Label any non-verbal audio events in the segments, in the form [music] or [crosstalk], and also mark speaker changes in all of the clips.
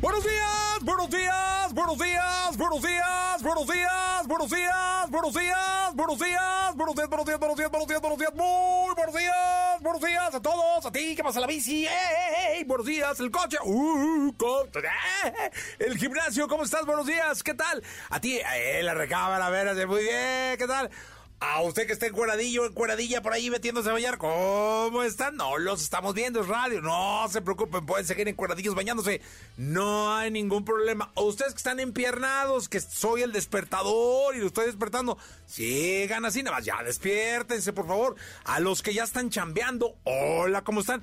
Speaker 1: Buenos días, buenos días, buenos días, buenos días, buenos días, buenos días, buenos días, buenos días, buenos días, buenos días, buenos días, buenos días, buenos días, muy buenos días, buenos días a todos, a ti que pasa la bici, ey, buenos días, el coche, uh, co- eh, el gimnasio, ¿cómo estás? Buenos días, ¿qué tal? A ti, eh, la recámara, a ver, así, muy bien, ¿qué tal? A usted que está encueradillo, encueradilla por ahí metiéndose a bañar, ¿cómo están? No los estamos viendo, es radio. No se preocupen, pueden seguir encueradillos bañándose. No hay ningún problema. A ustedes que están empiernados, que soy el despertador y lo estoy despertando, sigan así nada más. Ya despiértense, por favor. A los que ya están chambeando, hola, ¿cómo están?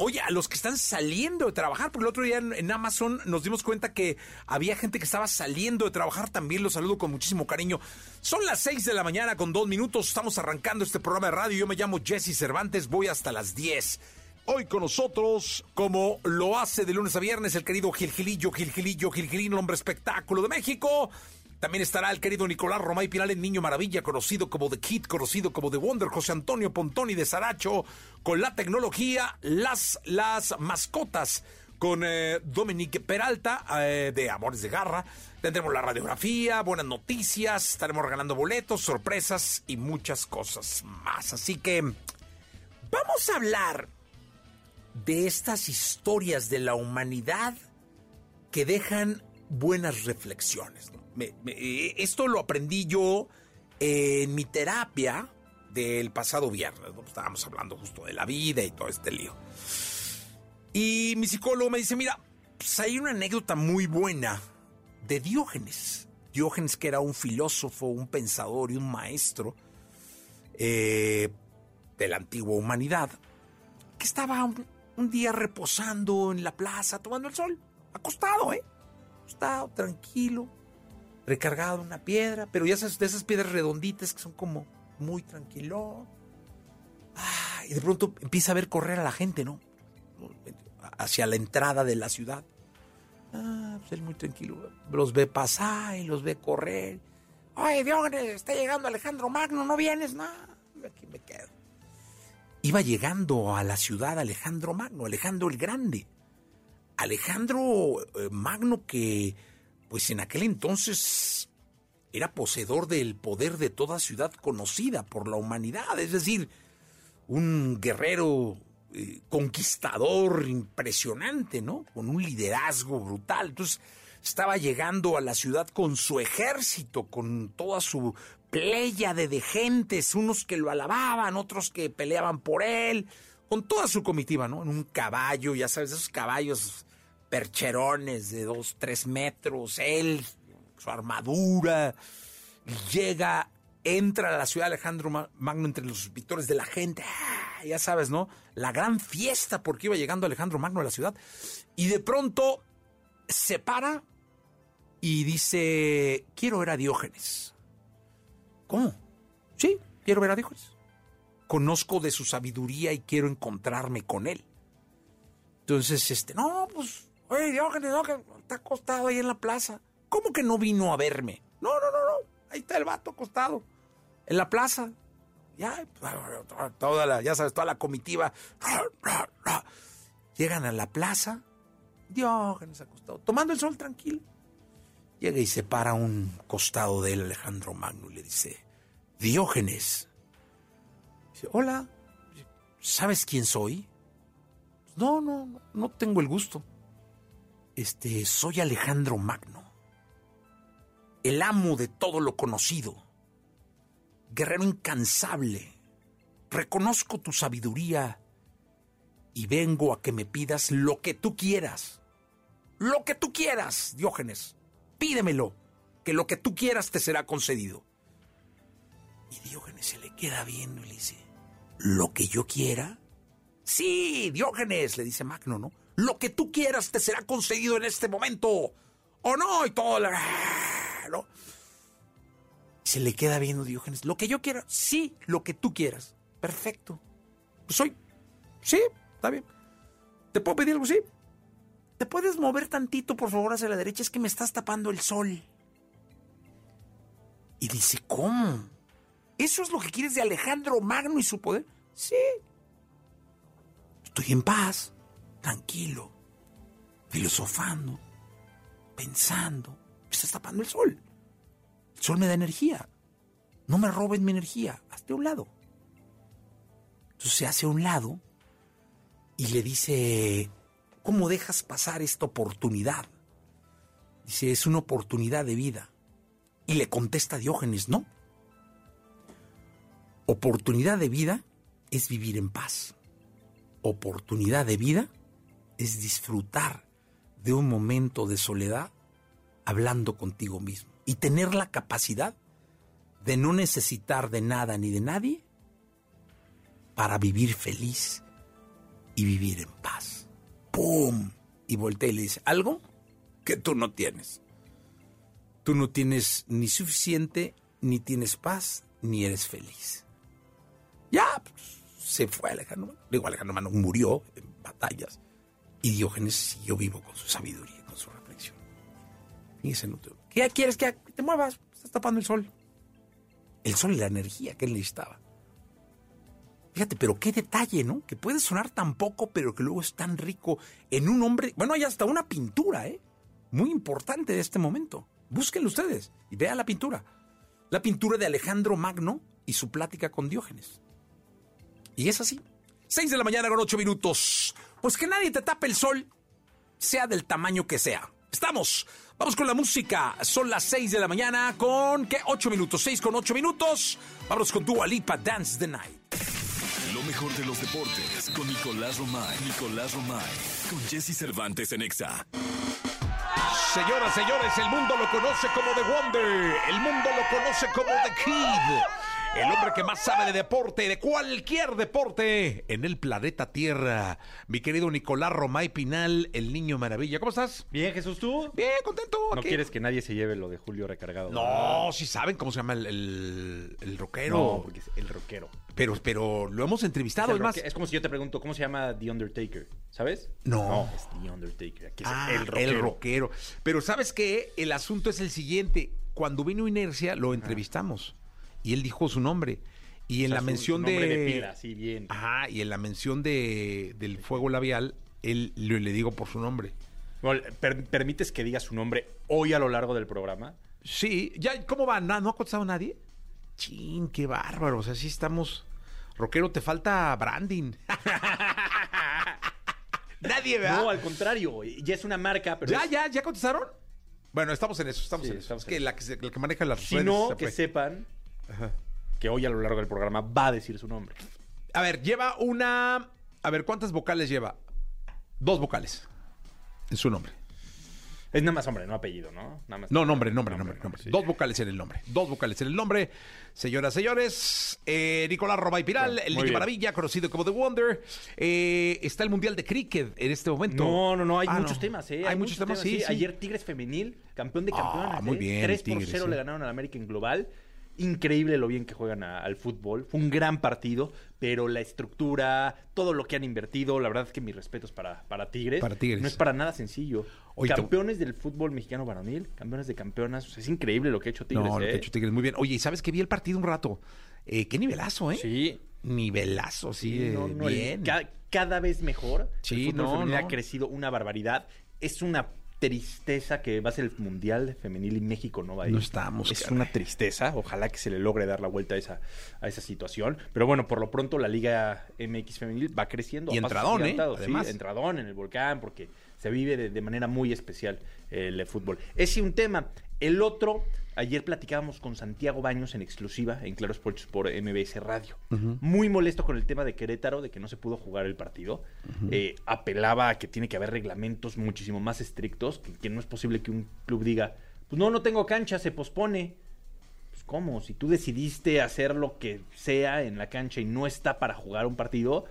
Speaker 1: Oye, a los que están saliendo de trabajar, porque el otro día en, en Amazon nos dimos cuenta que había gente que estaba saliendo de trabajar también. Los saludo con muchísimo cariño. Son las 6 de la mañana con dos minutos. Estamos arrancando este programa de radio. Yo me llamo Jesse Cervantes. Voy hasta las 10. Hoy con nosotros, como lo hace de lunes a viernes, el querido Gilgilillo, Gilgilillo, Gilgilín, el hombre espectáculo de México. También estará el querido Nicolás Romay Pinal, el niño maravilla, conocido como The Kid, conocido como The Wonder, José Antonio Pontoni de Saracho, con la tecnología, las, las mascotas, con eh, Dominique Peralta eh, de Amores de Garra. Tendremos la radiografía, buenas noticias, estaremos regalando boletos, sorpresas y muchas cosas más. Así que vamos a hablar de estas historias de la humanidad que dejan buenas reflexiones. ¿no? Me- me- eh, esto lo aprendí yo en mi terapia del pasado viernes. ¿no? Estábamos hablando justo de la vida y todo este lío. Y mi psicólogo me dice, mira, pues hay una anécdota muy buena de Diógenes. Diógenes que era un filósofo, un pensador y un maestro eh, de la antigua humanidad, que estaba un, un día reposando en la plaza, tomando el sol, acostado, ¿eh? Acostado, tranquilo, recargado en una piedra, pero ya sabes, de esas piedras redonditas que son como muy tranquilo. Ah, y de pronto empieza a ver correr a la gente, ¿no? Hacia la entrada de la ciudad. Ah, pues él muy tranquilo. Los ve pasar y los ve correr. Ay, Diógenes, está llegando Alejandro Magno, no vienes, no, aquí me quedo. Iba llegando a la ciudad Alejandro Magno, Alejandro el Grande. Alejandro eh, Magno que, pues en aquel entonces era poseedor del poder de toda ciudad conocida por la humanidad, es decir, un guerrero eh, conquistador impresionante, ¿no? Con un liderazgo brutal. Entonces estaba llegando a la ciudad con su ejército, con toda su pléyade de gentes, unos que lo alababan, otros que peleaban por él, con toda su comitiva, ¿no? En un caballo, ya sabes, esos caballos percherones de dos, tres metros, él, su armadura, llega, entra a la ciudad de Alejandro Ma- Magno entre los suscriptores de la gente. ¡ah! Ya sabes, ¿no? La gran fiesta porque iba llegando Alejandro Magno a la ciudad. Y de pronto se para y dice, quiero ver a Diógenes. ¿Cómo? Sí, quiero ver a Diógenes. Conozco de su sabiduría y quiero encontrarme con él. Entonces, este, no, pues, oye, Diógenes, no, que está acostado ahí en la plaza. ¿Cómo que no vino a verme? No, no, no, no, ahí está el vato acostado, en la plaza. Ya, toda la, ya sabes, toda la comitiva. Llegan a la plaza, Diógenes acostado, tomando el sol tranquilo. Llega y se para a un costado de él Alejandro Magno y le dice, Diógenes. Dice, hola, ¿sabes quién soy? No, no, no, no tengo el gusto. Este, soy Alejandro Magno, el amo de todo lo conocido, guerrero incansable. Reconozco tu sabiduría y vengo a que me pidas lo que tú quieras. Lo que tú quieras, Diógenes. Pídemelo, que lo que tú quieras te será concedido. Y Diógenes se le queda viendo y le dice, lo que yo quiera. Sí, Diógenes, le dice Magno, ¿no? Lo que tú quieras te será concedido en este momento. O no, y todo. La... ¿no? Se le queda viendo Diógenes. Lo que yo quiera, sí, lo que tú quieras. Perfecto. Pues soy. Sí, está bien. ¿Te puedo pedir algo? Sí. ¿Te puedes mover tantito, por favor, hacia la derecha? Es que me estás tapando el sol. Y dice, ¿cómo? ¿Eso es lo que quieres de Alejandro Magno y su poder? Sí. Estoy en paz, tranquilo, filosofando, pensando. Me estás tapando el sol. El sol me da energía. No me robes mi energía. Hazte a un lado. Entonces se hace a un lado y le dice, ¿cómo dejas pasar esta oportunidad? Dice, es una oportunidad de vida. Y le contesta Diógenes, no. Oportunidad de vida es vivir en paz. Oportunidad de vida es disfrutar de un momento de soledad hablando contigo mismo y tener la capacidad de no necesitar de nada ni de nadie para vivir feliz y vivir en paz. ¡Pum! Y voltea y le dice, algo que tú no tienes. Tú no tienes ni suficiente, ni tienes paz, ni eres feliz. Ya, pues, se fue Alejandro Mano. Digo, Alejandro Mano murió en batallas. Y Diógenes siguió vivo con su sabiduría, con su reflexión. Fíjense, no ¿Qué quieres que te muevas? Estás tapando el sol. El sol y la energía que él necesitaba. Fíjate, pero qué detalle, ¿no? Que puede sonar tan poco, pero que luego es tan rico en un hombre. Bueno, hay hasta una pintura, ¿eh? Muy importante de este momento. Búsquenlo ustedes y vean la pintura. La pintura de Alejandro Magno y su plática con Diógenes. Y es así. 6 de la mañana con 8 minutos. Pues que nadie te tape el sol, sea del tamaño que sea. Estamos. Vamos con la música. Son las 6 de la mañana con, ¿qué? 8 minutos. 6 con 8 minutos. Vámonos con Dua Lipa, Dance the Night.
Speaker 2: Lo mejor de los deportes con Nicolás Romay. Nicolás Romay. Con Jesse Cervantes en Exa.
Speaker 3: Señoras, señores, el mundo lo conoce como The Wonder. El mundo lo conoce como The Kid. El hombre que más sabe de deporte, de cualquier deporte en el planeta Tierra. Mi querido Nicolás Romay Pinal, el niño maravilla. ¿Cómo estás?
Speaker 4: Bien, Jesús, ¿tú?
Speaker 3: Bien, contento.
Speaker 4: No
Speaker 3: aquí.
Speaker 4: quieres que nadie se lleve lo de Julio recargado.
Speaker 3: No, si sí saben cómo se llama el, el, el rockero.
Speaker 4: Ah. No, porque es el rockero.
Speaker 3: Pero, pero lo hemos entrevistado,
Speaker 4: Es
Speaker 3: es
Speaker 4: el
Speaker 3: más.
Speaker 4: roque- Es como si yo te pregunto, ¿cómo se llama The Undertaker? ¿Sabes?
Speaker 3: No.
Speaker 4: es The Undertaker. Aquí es
Speaker 3: Ah,
Speaker 4: el rockero.
Speaker 3: rockero. Pero ¿sabes qué? El asunto es el siguiente. Cuando vino Inercia, lo entrevistamos. Y él dijo su nombre. Y en
Speaker 4: O sea,
Speaker 3: la
Speaker 4: su- su
Speaker 3: mención de... Ah.
Speaker 4: nombre de pila, sí, bien.
Speaker 3: Ajá, y en la mención de, del fuego labial, él le, le digo por su nombre.
Speaker 4: Bueno, per- ¿Permites que diga su nombre hoy a lo largo del programa?
Speaker 3: Sí, ya, ¿cómo va? Na- ¿No ha contestado nadie? Chin, qué bárbaro. O sea, sí estamos... Rockero, te falta branding. [laughs] nadie, ¿verdad?
Speaker 4: No, al contrario. Ya es una marca, pero
Speaker 3: Ah. ¿Ya,
Speaker 4: es-
Speaker 3: ya, ya contestaron? Bueno, estamos en eso, estamos
Speaker 4: Sí,
Speaker 3: en eso.
Speaker 4: estamos
Speaker 3: Es que
Speaker 4: en
Speaker 3: la que, se- la que maneja las
Speaker 4: Si
Speaker 3: redes
Speaker 4: no,
Speaker 3: se
Speaker 4: que
Speaker 3: fue.
Speaker 4: sepan que hoy a lo largo del programa va a decir su nombre.
Speaker 3: A ver, lleva una... A ver, ¿cuántas vocales lleva? Dos vocales. En su nombre.
Speaker 4: Es nada más hombre, no apellido, ¿no? Nada más
Speaker 3: No, nombre, nombre, nombre, nombre.
Speaker 4: sí.
Speaker 3: Dos vocales en el nombre. Dos vocales en el nombre. Señoras, señores, eh, Nicolás Robay Piral,
Speaker 4: Bueno,
Speaker 3: el
Speaker 4: muy
Speaker 3: niño
Speaker 4: bien.
Speaker 3: maravilla, conocido como The Wonder. Eh, está el Mundial de Cricket en este momento.
Speaker 4: No, no, no, hay
Speaker 3: Ah,
Speaker 4: muchos
Speaker 3: no.
Speaker 4: temas, ¿eh?
Speaker 3: Hay, muchos temas, sí, sí.
Speaker 4: Ayer Tigres Femenil, campeón de
Speaker 3: Ah,
Speaker 4: campeonas.
Speaker 3: muy
Speaker 4: ¿eh?
Speaker 3: bien,
Speaker 4: 3 por
Speaker 3: Tigres,
Speaker 4: 0
Speaker 3: sí.
Speaker 4: le ganaron al América en global. Increíble lo bien que juegan a- al fútbol. Fue un gran partido, pero la estructura, todo lo que han invertido, la verdad es que mis respetos para, para Tigres.
Speaker 3: Para Tigres.
Speaker 4: No es para nada sencillo.
Speaker 3: Oye, te-
Speaker 4: campeones del fútbol mexicano varonil, campeones de campeonas. o sea, es increíble lo que ha hecho Tigres.
Speaker 3: no, lo
Speaker 4: ¿eh?
Speaker 3: que ha hecho Tigres, muy bien. Oye, ¿y sabes que vi el partido un rato? Eh, qué nivelazo, ¿eh?
Speaker 4: Sí.
Speaker 3: Nivelazo, sí,
Speaker 4: Sí,
Speaker 3: eh,
Speaker 4: no, no, el-
Speaker 3: bien.
Speaker 4: ca- cada vez mejor.
Speaker 3: Sí,
Speaker 4: el fútbol
Speaker 3: no,
Speaker 4: femenil
Speaker 3: no.
Speaker 4: ha crecido una barbaridad. Es una tristeza que va a ser el Mundial Femenil y México no va a ir.
Speaker 3: No estamos,
Speaker 4: Es
Speaker 3: caray.
Speaker 4: una tristeza. Ojalá que se le logre dar la vuelta a esa, a esa situación. Pero bueno, por lo pronto la Liga MX Femenil va creciendo.
Speaker 3: Y
Speaker 4: a pasos
Speaker 3: entradón, ¿eh?
Speaker 4: agigantados. Sí,
Speaker 3: Además.
Speaker 4: entradón en el volcán porque se vive de, de manera muy especial el fútbol. Ese un tema. El otro, ayer platicábamos con Santiago Baños en exclusiva en Claro Sports por MBS Radio. Muy molesto con el tema de Querétaro, de que no se pudo jugar el partido. Eh, apelaba a que tiene que haber reglamentos muchísimo más estrictos, que, que no es posible que un club diga, pues no, no tengo cancha, se pospone. Pues, ¿Cómo? Si tú decidiste hacer lo que sea en la cancha y no está para jugar un partido,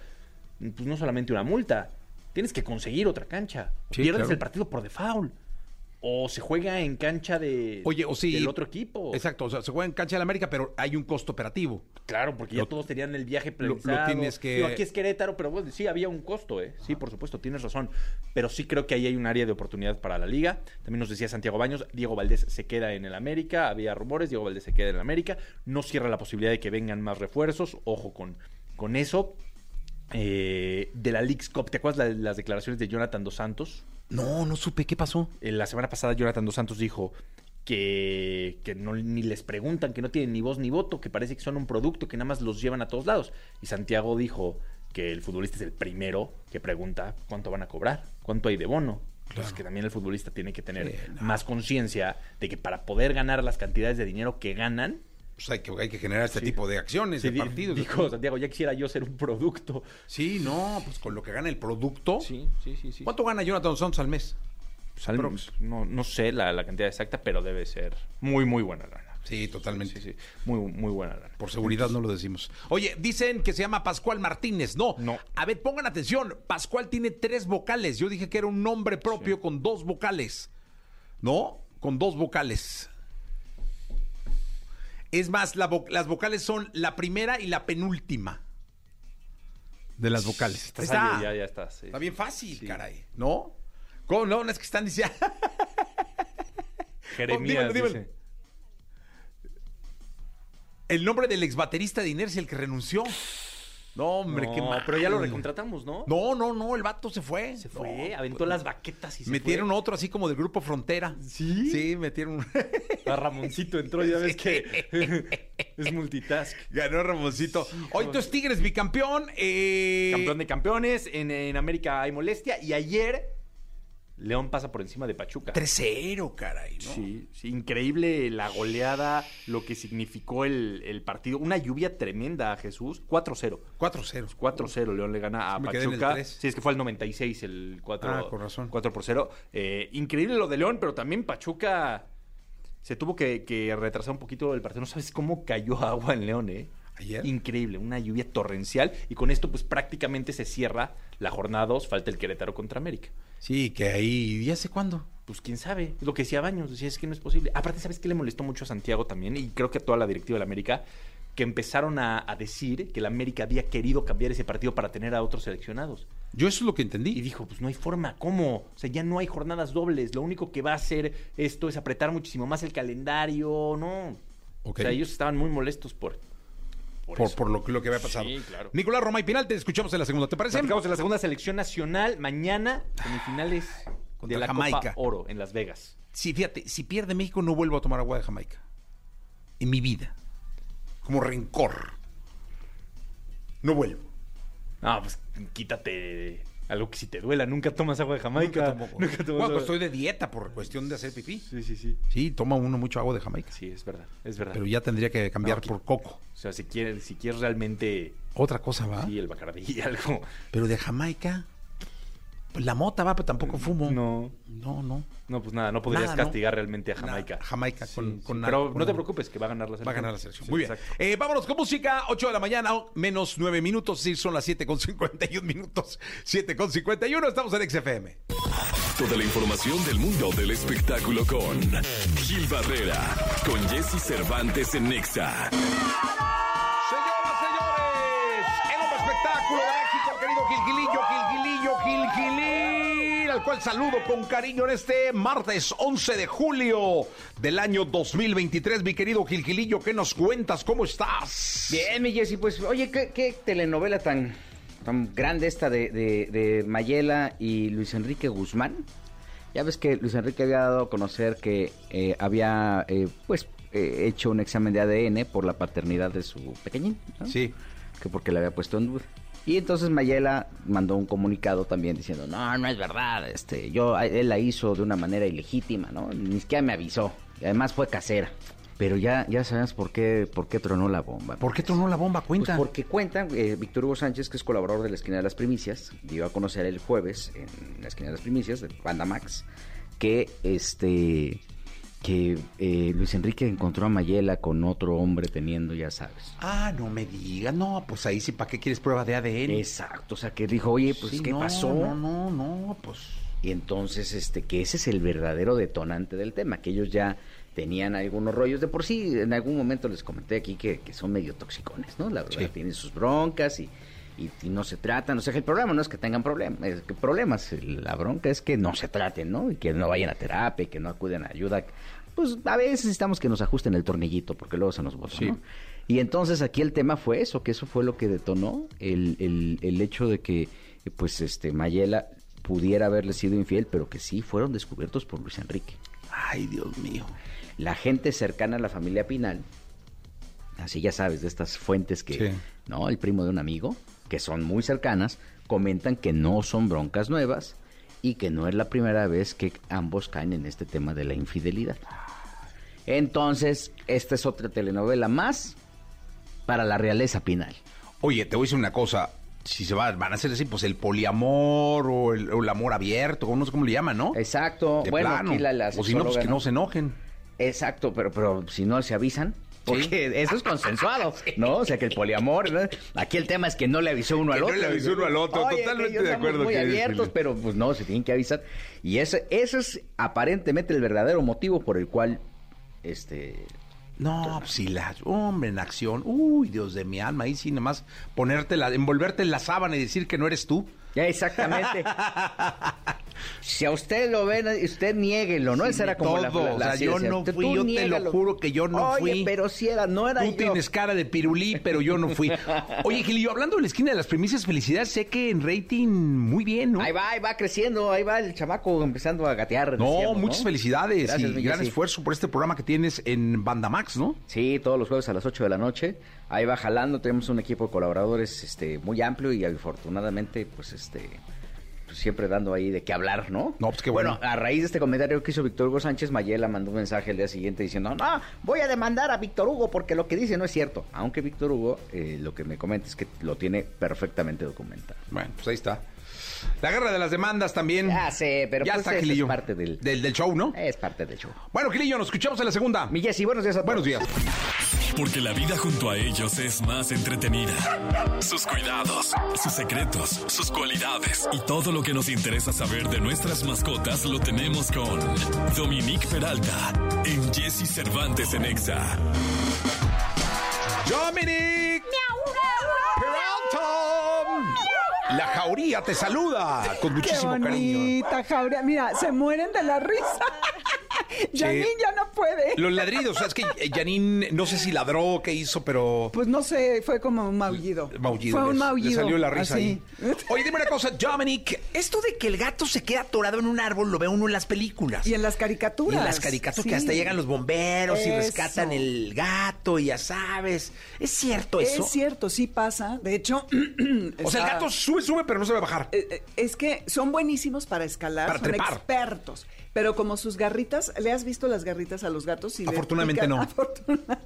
Speaker 4: pues no solamente una multa, tienes que conseguir otra cancha.
Speaker 1: Sí,
Speaker 4: Pierdes
Speaker 1: claro.
Speaker 4: el partido por default. O se juega en cancha de,
Speaker 1: Oye, o sí.
Speaker 4: del otro equipo.
Speaker 1: Exacto, o sea, se juega en cancha del América, pero hay un costo operativo.
Speaker 4: Claro, porque ya todos tenían el viaje
Speaker 1: lo
Speaker 4: planificado.
Speaker 1: tienes que-
Speaker 4: Digo, aquí es Querétaro, pero bueno, sí había un costo, ¿eh? Sí, por supuesto, tienes razón. Pero sí creo que ahí hay un área de oportunidad para la liga. También nos decía Santiago Baños, Diego Valdés se queda en el América. Había rumores, Diego Valdés se queda en el América. No cierra la posibilidad de que vengan más refuerzos. Ojo con, con eso. Eh, de la Leagues Cup, ¿te acuerdas la- las declaraciones de Jonathan Dos Santos?
Speaker 1: No, no supe qué pasó.
Speaker 4: Eh, la semana pasada Jonathan Dos Santos dijo que, que no, ni les preguntan, que no tienen ni voz ni voto, que parece que son un producto, que nada más los llevan a todos lados. Y Santiago dijo que el futbolista es el primero que pregunta cuánto van a cobrar, cuánto hay de bono. Entonces que también el futbolista tiene que tener más conciencia de que para poder ganar las cantidades de dinero que ganan,
Speaker 1: Pues hay que, hay que generar este tipo de acciones,
Speaker 4: sí,
Speaker 1: de
Speaker 4: di-
Speaker 1: partidos. de-
Speaker 4: dijo Santiago, ya quisiera yo ser un producto.
Speaker 1: Sí, no, pues con lo que gana el producto.
Speaker 4: sí, sí, sí.
Speaker 1: ¿Cuánto gana Jonathan Santos al mes?
Speaker 4: Pues, al-
Speaker 1: Prox.
Speaker 4: no, no sé la, la cantidad exacta, pero debe ser muy, muy buena lana.
Speaker 1: Sí, totalmente.
Speaker 4: Sí, sí, muy, muy buena lana.
Speaker 1: Por seguridad no lo decimos. Oye, dicen que se llama Pascual Martínez. No.
Speaker 4: No.
Speaker 1: A ver, pongan atención. Pascual tiene tres vocales. Yo dije que era un nombre propio con dos vocales. ¿No? Con dos vocales. Es más, la vo- las vocales son la primera y la penúltima. De las vocales.
Speaker 4: Está, salido, ya, ya está. sí.
Speaker 1: Está bien fácil,
Speaker 4: Sí.
Speaker 1: caray. ¿No? ¿Cómo no? No es que están diciendo.
Speaker 4: Jeremías
Speaker 1: Oh, dímelo, dímelo.
Speaker 4: dice,
Speaker 1: El nombre del exbaterista de Inercia, el que renunció. No, hombre,
Speaker 4: no,
Speaker 1: qué mal.
Speaker 4: pero ya lo recontratamos, ¿no?
Speaker 1: No, no, no, el vato se fue.
Speaker 4: Se fue,
Speaker 1: No,
Speaker 4: aventó
Speaker 1: pues,
Speaker 4: las baquetas y se
Speaker 1: Metieron
Speaker 4: [laughs] fue.
Speaker 1: otro así como del grupo Frontera.
Speaker 4: ¿Sí?
Speaker 1: Sí, metieron.
Speaker 4: A Ramoncito entró, ya ves que [laughs] es multitask.
Speaker 1: [laughs] Ganó Ramoncito. Hoy tus Tigres bicampeón. eh,
Speaker 4: Campeón de campeones, en, en América hay molestia y ayer León pasa por encima de Pachuca.
Speaker 1: 3-0, caray, ¿no?
Speaker 4: Sí, sí, increíble la goleada, lo que significó el, el partido. Una lluvia tremenda a Jesús, 4-0.
Speaker 1: 4-0.
Speaker 4: 4-0, León le gana a
Speaker 1: Me quedé en el
Speaker 4: Pachuca.
Speaker 1: tres.
Speaker 4: Sí, es que fue al 96 el 4
Speaker 1: Ah, con razón.
Speaker 4: 4 por 0. Eh, increíble lo de León, pero también Pachuca se tuvo que, que retrasar un poquito el partido. No sabes cómo cayó [laughs] agua en León, ¿eh?
Speaker 1: Ayer.
Speaker 4: Increíble, una lluvia torrencial. Y con esto, pues prácticamente se cierra la jornada 2. Falta el Querétaro contra América.
Speaker 1: Sí, que ahí. ¿Ya sé cuándo?
Speaker 4: Pues quién sabe, lo que decía Baños, decía es que no es posible. Aparte, ¿sabes qué le molestó mucho a Santiago también? Y creo que a toda la directiva de la América, que empezaron a, a decir que la América había querido cambiar ese partido para tener a otros seleccionados.
Speaker 1: Yo eso es lo que
Speaker 4: Y
Speaker 1: entendí.
Speaker 4: dijo, pues no hay forma, ¿cómo? O sea, ya no hay jornadas dobles, lo único que va a hacer esto es apretar muchísimo más el calendario, ¿no?
Speaker 1: Ok.
Speaker 4: O sea, ellos estaban muy molestos por...
Speaker 1: Por,
Speaker 4: eso.
Speaker 1: por lo, que- lo que había pasado.
Speaker 4: Sí, claro.
Speaker 1: Nicolás Romay Pinal, te escuchamos en la segunda. ¿Te parece?
Speaker 4: Platicamos de la segunda selección nacional, mañana, semifinales
Speaker 1: Contra
Speaker 4: de la
Speaker 1: Jamaica.
Speaker 4: Copa Oro en Las Vegas.
Speaker 1: Sí, fíjate, si pierde México no vuelvo a tomar agua de Jamaica. En mi vida. Como rencor. No vuelvo.
Speaker 4: Ah, pues quítate algo que si te duela. Nunca tomas agua de
Speaker 1: Nunca
Speaker 4: Jamaica.
Speaker 1: tomo.
Speaker 4: [laughs] Nunca tomas
Speaker 1: Bueno,
Speaker 4: agua.
Speaker 1: pues estoy de dieta por cuestión de hacer pipí.
Speaker 4: Sí, sí, sí.
Speaker 1: Sí, toma uno mucho agua de Jamaica.
Speaker 4: Sí, es verdad, es verdad.
Speaker 1: Pero ya tendría que cambiar
Speaker 4: No, aquí-
Speaker 1: por coco.
Speaker 4: O sea, si quieres, si quieres realmente,
Speaker 1: Otra cosa va.
Speaker 4: sí, el bacardí, [laughs] algo.
Speaker 1: Pero de Jamaica. Pues la mota va, pero tampoco fumo.
Speaker 4: Mm, No,
Speaker 1: No, no.
Speaker 4: no, pues nada, no podrías
Speaker 1: Nada, ¿no?
Speaker 4: castigar realmente a Jamaica.
Speaker 1: Nada, Jamaica con, con
Speaker 4: Pero
Speaker 1: con-
Speaker 4: no te preocupes, que va a ganar la selección.
Speaker 1: Va a ganar la selección.
Speaker 4: Sí,
Speaker 1: Muy bien.
Speaker 4: exacto.
Speaker 1: Eh, vámonos con música. 8 de la mañana, o- menos 9 minutos. Sí, son las 7 con 51 minutos. 7 con 51. Estamos en XFM.
Speaker 2: Toda la información del mundo del espectáculo con Gil Barrera, con Jesse Cervantes en Nexa.
Speaker 1: Señoras, señores, el hombre espectáculo de México, querido Gilgilillo, Gilgilillo, Gilgilín, al cual saludo con cariño en este martes 11 de julio del año 2023. Mi querido Gilgilillo, ¿qué nos cuentas? ¿Cómo estás?
Speaker 5: Bien, mi Jessy, pues oye, ¿qué, qué telenovela tan, tan grande esta de, de- de Mayela y Luis Enrique Guzmán. Ya ves que Luis Enrique había dado a conocer que eh, había eh, pues eh, hecho un examen de ADN por la paternidad de su pequeñín. ¿no?
Speaker 1: Sí.
Speaker 5: que porque le había puesto en duda. Y entonces Mayela mandó un comunicado también diciendo, no, no es verdad, este, yo, él la hizo de una manera ilegítima, ¿no? Ni siquiera me avisó. Y además fue casera. Pero ya, ya sabemos por qué, por qué tronó la bomba.
Speaker 1: ¿Por qué tronó la bomba?
Speaker 5: Pues
Speaker 1: Cuenta.
Speaker 5: porque cuentan, eh, Víctor Hugo Sánchez, que es colaborador de la Esquina de las Primicias, dio a conocer el jueves en la Esquina de las Primicias, de Banda Max, que este que eh, Luis Enrique encontró a Mayela con otro hombre teniendo, ya sabes.
Speaker 1: Ah, no me digas. No, pues ahí sí, ¿para qué quieres prueba de ADN?
Speaker 5: Exacto, o sea, que dijo, oye, pues,
Speaker 1: Sí,
Speaker 5: ¿qué
Speaker 1: no,
Speaker 5: pasó?
Speaker 1: No, no, no, pues.
Speaker 5: Y entonces, este, que ese es el verdadero detonante del tema, que ellos ya tenían algunos rollos. De por sí, en algún momento les comenté aquí que, que son medio toxicones, ¿no? La verdad, tienen sus broncas y, y- y no se tratan. O sea, que el problema no es que tengan problemas, es que problemas. La bronca es que no se traten, ¿no? Y que no vayan a terapia, y que no acuden a ayuda. Pues a veces necesitamos que nos ajusten el tornillito, porque luego se nos bota, ¿no? Y entonces aquí el tema fue eso, que eso fue lo que detonó el, el- el hecho de que, eh, pues, este, Mayela pudiera haberle sido infiel, pero que sí fueron descubiertos por Luis Enrique
Speaker 1: Ay, Dios mío.
Speaker 5: la gente cercana a la familia Pinal, así ya sabes, de estas fuentes que,
Speaker 6: Sí.
Speaker 5: ¿no? El primo de un amigo, que son muy cercanas, comentan que no son broncas nuevas y que no es la primera vez que ambos caen en este tema de la infidelidad. Entonces, esta es otra telenovela más para la realeza Pinal.
Speaker 1: Oye, te voy a decir una cosa. Si se va- van a hacer así, pues el poliamor o el, o el amor abierto, no sé cómo le llaman, ¿no?
Speaker 5: Exacto.
Speaker 1: De
Speaker 5: bueno,
Speaker 1: plano.
Speaker 5: aquí la, la
Speaker 1: o si no, pues
Speaker 5: sexóloga,
Speaker 1: que no se enojen.
Speaker 5: Exacto, pero, pero si no se avisan. Porque
Speaker 1: Sí.
Speaker 5: eso
Speaker 1: [laughs]
Speaker 5: es consensuado, ¿no? O sea, que el poliamor, ¿no? Aquí el tema es que no le avisó uno
Speaker 1: Que
Speaker 5: al
Speaker 1: no
Speaker 5: otro.
Speaker 1: le avisó uno al otro,
Speaker 5: Oye, que
Speaker 1: totalmente
Speaker 5: yo
Speaker 1: de
Speaker 5: estamos
Speaker 1: acuerdo,
Speaker 5: Muy
Speaker 1: querido
Speaker 5: abiertos,
Speaker 1: Julio.
Speaker 5: pero pues no, se tienen que avisar. Y eso, eso es aparentemente el verdadero motivo por el cual, este...
Speaker 1: No, pues si la. Hombre, en acción. Uy, Dios de mi alma. Ahí sí, nada más ponértela, envolverte en la sábana y decir que no eres tú.
Speaker 5: Ya
Speaker 1: [laughs]
Speaker 5: exactamente. si a usted lo ven, usted nieguelo, ¿no?
Speaker 1: Sí,
Speaker 5: Esa era como la,
Speaker 1: todo,
Speaker 5: la- la-
Speaker 1: o sea,
Speaker 5: así
Speaker 1: yo
Speaker 5: decía,
Speaker 1: no
Speaker 5: tú
Speaker 1: fui, yo te lo
Speaker 5: niégalo.
Speaker 1: juro que yo no
Speaker 5: Oye,
Speaker 1: fui.
Speaker 5: pero si era, no era
Speaker 1: Tú
Speaker 5: yo.
Speaker 1: tienes cara de pirulí, pero yo no
Speaker 5: [laughs]
Speaker 1: fui. Oye, Gilillo, hablando de la esquina de las premisas, felicidades. Sé que en rating muy bien, ¿no?
Speaker 5: Ahí va, ahí va creciendo, ahí va el chamaco empezando a gatear.
Speaker 1: No,
Speaker 5: decíamos,
Speaker 1: muchas felicidades
Speaker 5: Gracias,
Speaker 1: y
Speaker 5: mi
Speaker 1: gran
Speaker 5: Jessy.
Speaker 1: esfuerzo por este programa que tienes en Bandamax, ¿no?
Speaker 5: Sí, todos los jueves a las 8 de la noche. Ahí va jalando, tenemos un equipo de colaboradores este, muy amplio y afortunadamente, pues este pues, siempre dando ahí de qué hablar, ¿no?
Speaker 1: No, pues, qué bueno.
Speaker 5: a raíz de este comentario que hizo Víctor Hugo Sánchez, Mayela mandó un mensaje el día siguiente diciendo, no, voy a demandar a Víctor Hugo porque lo que dice no es cierto. Aunque Víctor Hugo, eh, lo que me comenta es que lo tiene perfectamente documentado.
Speaker 1: Bueno, pues ahí está. La guerra de las demandas también.
Speaker 5: Ya sé, pero
Speaker 1: ya
Speaker 5: pues
Speaker 1: está,
Speaker 5: eso es
Speaker 1: Gilillo.
Speaker 5: parte del-
Speaker 1: del show, ¿no?
Speaker 5: Es parte del show.
Speaker 1: Bueno, Gilillo, nos escuchamos en la segunda.
Speaker 5: Mi Jessy, buenos días a todos.
Speaker 1: Buenos días.
Speaker 2: Porque la vida junto a ellos es más entretenida. Sus cuidados, sus secretos, sus cualidades y todo lo que nos interesa saber de nuestras mascotas lo tenemos con Dominique Peralta en Jesse Cervantes en Exa.
Speaker 1: Dominic Peralta. La jauría te saluda con muchísimo
Speaker 7: Qué
Speaker 1: cariño.
Speaker 7: bonita, Jauría. Mira, se mueren de
Speaker 1: [laughs]
Speaker 7: la risa. Janine ya no puede.
Speaker 1: Los ladridos, es que eh, Janine, no sé si ladró o qué hizo, pero
Speaker 7: Pues no sé, fue como un maullido.
Speaker 1: maullido.
Speaker 7: Fue
Speaker 1: le-
Speaker 7: un maullido. Ah,
Speaker 1: Le salió la risa
Speaker 7: así.
Speaker 1: ahí. Oye, dime una cosa, Dominic, esto de que el gato se queda atorado en un árbol lo ve uno en las películas.
Speaker 7: Y en las caricaturas.
Speaker 1: Y en las caricaturas que
Speaker 7: sí.
Speaker 1: hasta llegan los bomberos y
Speaker 7: Eso.
Speaker 1: rescatan el gato, y ya sabes. ¿Es cierto eso?
Speaker 7: Es cierto, sí pasa. De hecho, [clears throat]
Speaker 1: O sea, el
Speaker 4: Ah.
Speaker 7: está-
Speaker 1: gato sube, sube, pero no se va a bajar.
Speaker 7: Eh, eh, Es que son buenísimos para escalar,
Speaker 1: Para
Speaker 7: son
Speaker 1: trepar.
Speaker 7: expertos. Pero como sus garritas, ¿le has visto las garritas a los gatos? Y le
Speaker 1: Afortunadamente
Speaker 7: pican?
Speaker 1: no.
Speaker 7: [laughs] Afortuna-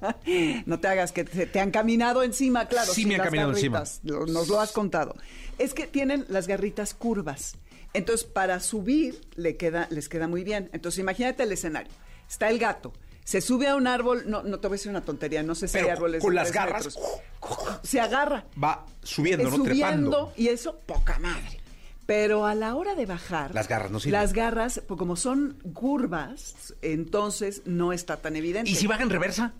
Speaker 7: No te hagas que te, te han caminado encima, claro.
Speaker 1: Sí me han
Speaker 7: las
Speaker 1: caminado encima.
Speaker 7: garritas, lo- nos lo has contado. Es que tienen las garritas curvas. Entonces, para subir le queda, les queda muy bien. Entonces, imagínate el escenario. Está el gato. Se sube a un árbol, no, no te voy a decir una tontería, no sé si
Speaker 1: Pero
Speaker 7: hay árboles.
Speaker 1: con
Speaker 7: de
Speaker 1: las
Speaker 7: tres
Speaker 1: garras,
Speaker 7: metros. Se agarra
Speaker 1: [laughs] Va subiendo,
Speaker 7: es
Speaker 1: ¿no?
Speaker 7: subiendo,
Speaker 1: Trepando.
Speaker 7: y eso poca madre. Pero a la hora de bajar...
Speaker 1: Las garras no sirven.
Speaker 7: Las garras, pues, como son curvas, entonces no está tan evidente.
Speaker 1: ¿Y si baja en reversa?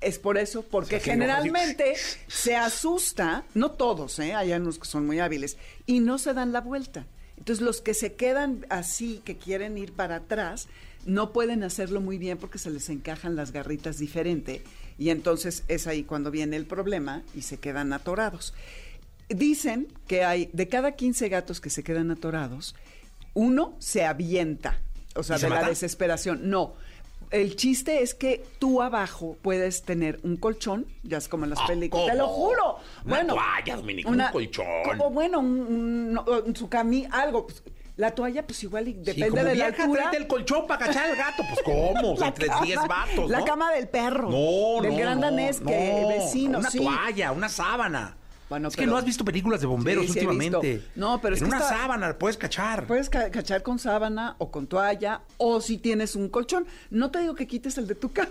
Speaker 7: Es por eso, porque
Speaker 1: O sea, que no, así-
Speaker 7: generalmente se asusta, no todos, ¿eh? hay unos que son muy hábiles, y no se dan la vuelta. Entonces los que se quedan así, que quieren ir para atrás, no pueden hacerlo muy bien porque se les encajan las garritas diferente, y entonces es ahí cuando viene el problema y se quedan atorados. Dicen que hay de cada 15 gatos que se quedan atorados, uno se avienta, o sea,
Speaker 1: ¿Y se
Speaker 7: de la
Speaker 1: mata?
Speaker 7: desesperación. No. El chiste es que tú abajo puedes tener un colchón, ya es como en las películas. ¡Te lo juro!
Speaker 1: Ah, Una
Speaker 7: bueno,
Speaker 1: toalla, Dominique, un colchón.
Speaker 7: Como bueno, un, un- no, un sucamí, algo. pues, la toalla, pues igual y depende
Speaker 1: como
Speaker 7: de la
Speaker 1: vieja,
Speaker 7: altura.
Speaker 1: tráete el colchón para cachar al gato. Pues, ¿cómo?
Speaker 7: La
Speaker 1: Entre
Speaker 7: cama-
Speaker 1: 10 vatos,
Speaker 7: La
Speaker 1: ¿no?
Speaker 7: cama del perro.
Speaker 1: No,
Speaker 7: Del
Speaker 1: no,
Speaker 7: gran
Speaker 1: no,
Speaker 7: danés
Speaker 1: no.
Speaker 7: que vecino,
Speaker 1: Una
Speaker 7: sí.
Speaker 1: toalla, una sábana.
Speaker 7: Bueno,
Speaker 1: es que
Speaker 7: pero-
Speaker 1: no has visto películas de bomberos
Speaker 7: Sí, sí he
Speaker 1: últimamente.
Speaker 7: visto. No, pero es
Speaker 1: en
Speaker 7: que
Speaker 1: una
Speaker 7: está- Pues,
Speaker 1: sábana puedes cachar.
Speaker 7: Puedes ca- cachar con sábana o con toalla o si tienes un colchón. No te digo que quites el de tu [laughs] cama,